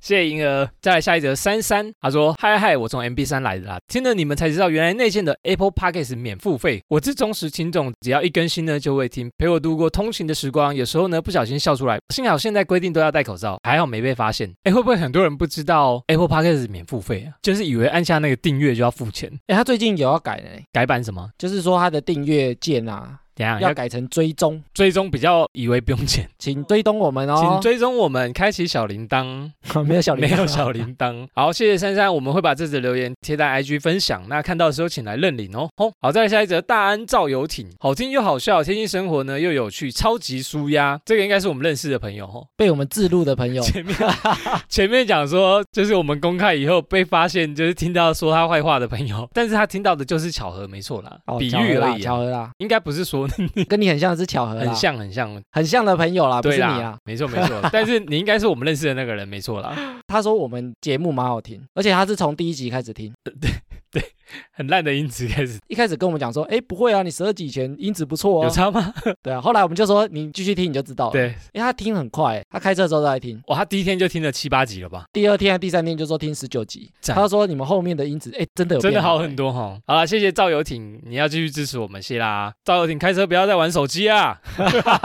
S1: 谢谢银儿。再来下一则，珊珊，她说：嗨嗨，我从 MB 三来的啦，听了你们才知道，原来内建的 Apple Podcast 免付费。我是忠实听众，只要一更新呢就会听，陪我度过通勤的时光。有时候呢不小心笑出来，幸好现在规定都要戴口罩，还好没被发现。哎，会不会很多人不知道 Apple Podcast 免付费啊？就是以为按下那个订阅就要付钱，
S2: 哎，他最近有要改呢，
S1: 改版什么？
S2: 就是说他的订阅键啊，
S1: 等一下
S2: 要
S1: 要
S2: 改成追踪，
S1: 追踪比较以为不用钱，
S2: 请追踪我们
S1: 请
S2: 哦。
S1: 追踪我们，开启小铃铛。
S2: 没有小啊
S1: 没
S2: 铃铛，
S1: 有小铃铛。 好，谢谢珊珊，我们会把这则留言贴在 IG 分享，那看到的时候请来认领哦。吼好，再来下一则，大安造游艇，好听又好笑，贴近生活呢又有趣，超级舒压。这个应该是我们认识的朋友哦。
S2: 被我们自录的 朋友，
S1: 前面前面讲说，就是我们公开以后被发现，就是听到说他坏话的朋友， 但是他听到的就是巧合，没错啦，
S2: 哦
S1: 比
S2: 巧合
S1: 喻而
S2: 啦
S1: 已啊、
S2: 巧合啦，
S1: 应该不是说
S2: 跟你很像是巧合啦，
S1: 很像很像，
S2: 很像的朋友啦，不
S1: 对
S2: 是你啊
S1: 啦，
S2: 啦。
S1: 没错没错，但是你应该是我们认识的那个人，没错啦，
S2: 他说我们节目蛮好听，而且他是从第一集开始听，
S1: 很烂的音质开始，
S2: 一开始跟我们讲说，哎，不会啊，你十二集以前音质不错
S1: 有
S2: 哦。
S1: 差吗？
S2: 对啊，后来我们就说你继续听你就知道了。，
S1: 对，
S2: 因为他听很快，他开车的时候都在听，
S1: 哇，他第一天就听了七八集了吧？
S2: 第二天、第三天就说听十九集，
S1: 赞
S2: 他说你们后面的音质，哎，真的有
S1: 真的
S2: 变
S1: 好
S2: 欸
S1: 很多哈。好了，谢谢赵游艇，你要继续支持我们，谢啦。赵游艇开车不要再玩手机啊！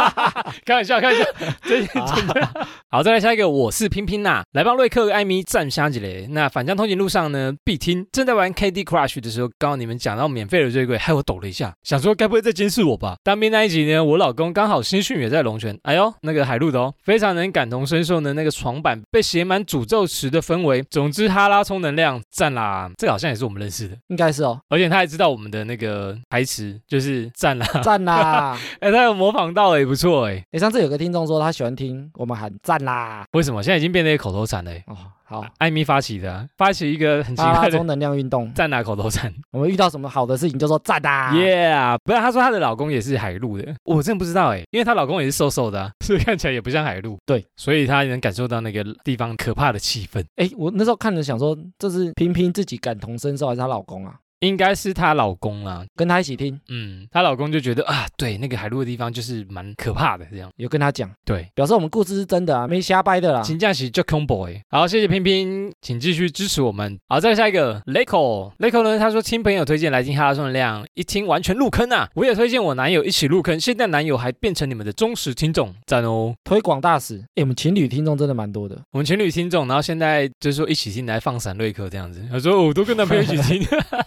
S1: 开玩笑，开玩笑， 真的真的。好，再来下一个，我是拼拼呐，来帮瑞克、艾米赞下几雷。那返乡通勤路上呢，必听。正在玩 KD Crush 的时候，刚刚你们讲到免费的最贵，害我抖了一下，想说该不会在监视我吧？当兵那一集呢，我老公刚好新训也在龙泉，哎呦，那个海陆的哦，非常能感同身受呢。那个床板被写满诅咒词的氛围，总之哈拉充能量，赞啦！这个好像也是我们认识的。
S2: 应该是 哦，
S1: 而且他还知道我们的那个台词，就是赞啦，
S2: 赞啦！
S1: 哎、他有模仿到了，也不错哎。
S2: 哎，上次有个听众说他喜欢听我们喊赞啦，
S1: 为什么现在已经变成一个口头禅了欸？
S2: 哦，好，
S1: 艾米发起的啊、发起一个很奇
S2: 哈
S1: 怪
S2: 拉
S1: 的
S2: 充能量运动，
S1: 赞啦口头禅
S2: 我们遇到什么好的事情就说赞
S1: 啊
S2: 啊啦，
S1: ，Yeah！不是，她说她的老公也是海陆的，我真的不知道哎，因为她老公也是瘦瘦的、啊， 所以看起来也不像海陆。
S2: 对，
S1: 所以她能感受到那个地方可怕的气氛。
S2: 哎，我那时候看着想说，这是平平自己感同身受还是她老公啊？
S1: 应该是她老公啦。
S2: 跟他一起听，
S1: 嗯，她老公就觉得啊，对，那个海陆的地方就是蛮可怕的这样。
S2: 有跟他讲，
S1: 对，
S2: 表示我们故事是真的啊，没瞎掰的啦。
S1: 请假期就 combo 哎，好，谢谢拼拼，请继续支持我们。好，再来下一个 Leco，Leco 呢，他说亲朋友推荐来听哈拉松的量，一听完全入坑啊！我也推荐我男友一起入坑，现在男友还变成你们的忠实听众，赞哦！
S2: 推广大使，哎、我们情侣听众真的蛮多的，
S1: 我们情侣听众，然后现在就是说一起听来放闪瑞克这样子，他说、哦我都跟男朋友一起听，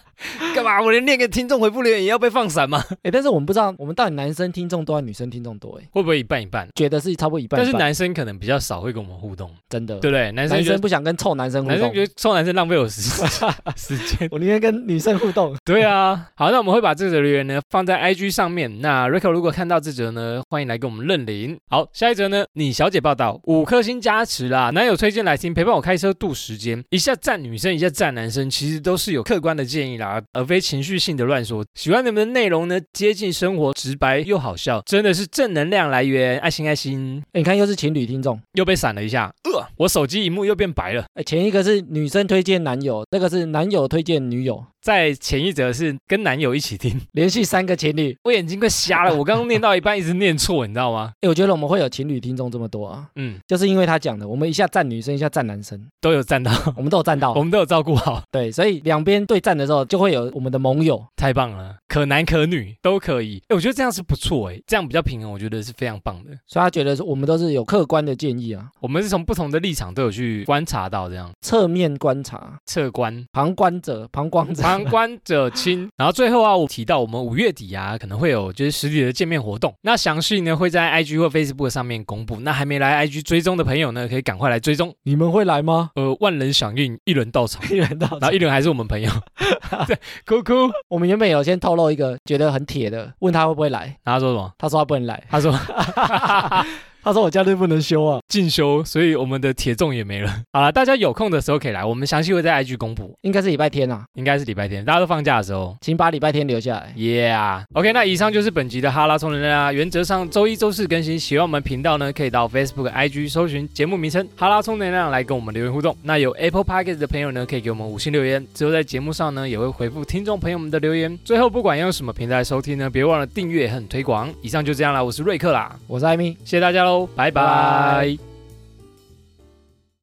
S1: 干嘛？我连那个听众回复留言也要被放闪吗？
S2: 哎、但是我们不知道我们到底男生听众多还是女生听众多、哎，
S1: 会不会一半一半？
S2: 觉得是差不多一半
S1: 但
S2: 一
S1: 是
S2: 半，
S1: 男生可能比较少会跟我们互动，
S2: 真的，
S1: 对不对？男生
S2: 男
S1: 觉
S2: 生
S1: 得
S2: 不想跟臭男生互
S1: 男生
S2: 动。
S1: 觉得臭男生浪费我时 时间。
S2: 我宁愿跟女生互动，
S1: 对啊，好，那我们会把这则留言呢放在 IG 上面。那 Rico 如果看到这则呢，欢迎来跟我们认领。好，下一则呢，你小姐报道五颗星加持啦，男友推荐来听，陪伴我开车度时间，一下赞女生，一下赞男生，其实都是有客观的建议啦，而非情绪性的乱说。喜欢你们的内容呢，接近生活，直白又好笑，真的是正能量来源，爱心爱心。
S2: 哎你看又是情侣听众，
S1: 又被闪了一下，呃，我手机荧幕又变白了。
S2: 哎，前一个是女生推荐男友，这个是男友推荐女友，
S1: 在前一则是跟男友一起听，
S2: 连续三个情侣，
S1: 我眼睛快瞎了，我刚刚念到一半一直念错，你知道吗？
S2: 哎，我觉得我们会有情侣听众这么多啊，
S1: 嗯，
S2: 就是因为他讲的，我们一下站女生，一下站男生，
S1: 都有站到，
S2: 我们都有站到
S1: 我，们都有照顾好，
S2: 对，所以两边对战的时候，就会有我们的盟友，
S1: 太棒了，可男可女都可以。哎，我觉得这样是不错哎，这样比较平衡，我觉得是非常棒的。
S2: 所以他觉得说我们都是有客观的建议啊，
S1: 我们是从不同的立场都有去观察到这样
S2: 侧面观察，
S1: 侧观。
S2: 旁观者，旁观者，
S1: 旁观者清。然后最后啊，我提到我们五月底啊，可能会有就是实体的见面活动，那详细呢会在 IG 或 Facebook 上面公布。那还没来 IG 追踪的朋友呢，可以赶快来追踪。
S2: 你们会来吗？
S1: 呃，万人响应，一人到场，
S2: 一 人到
S1: 然后一人还是我们朋友，对，哭哭。
S2: 我们原本有先透露一个觉得很铁的，问他会不会来，
S1: 然后他说什么？
S2: 他说他不能来，
S1: 他说
S2: 他说我假日不能休啊，
S1: 进修，所以我们的铁重也没了。 好了，大家有空的时候可以来，我们详细会在 IG 公布，
S2: 应该是礼拜天啊，
S1: 应该是礼拜天，大家都放假的时候。
S2: 请把礼拜天留下来。
S1: Yeah，OK，、那以上就是本集的哈拉充能量啦。原则上周一、周四更新。喜欢我们频道呢，可以到 Facebook、IG 搜寻节目名称“哈拉充能量”来跟我们留言互动。那有 Apple Podcast 的朋友呢，可以给我们五星留言。之后在节目上呢，也会回复听众朋友们的留言。最后，不管用什么平台收听呢，别忘了订阅和推广。以上就这样啦，我是瑞克啦，
S2: 我是艾米。
S1: 谢谢大家喽，拜拜
S2: 拜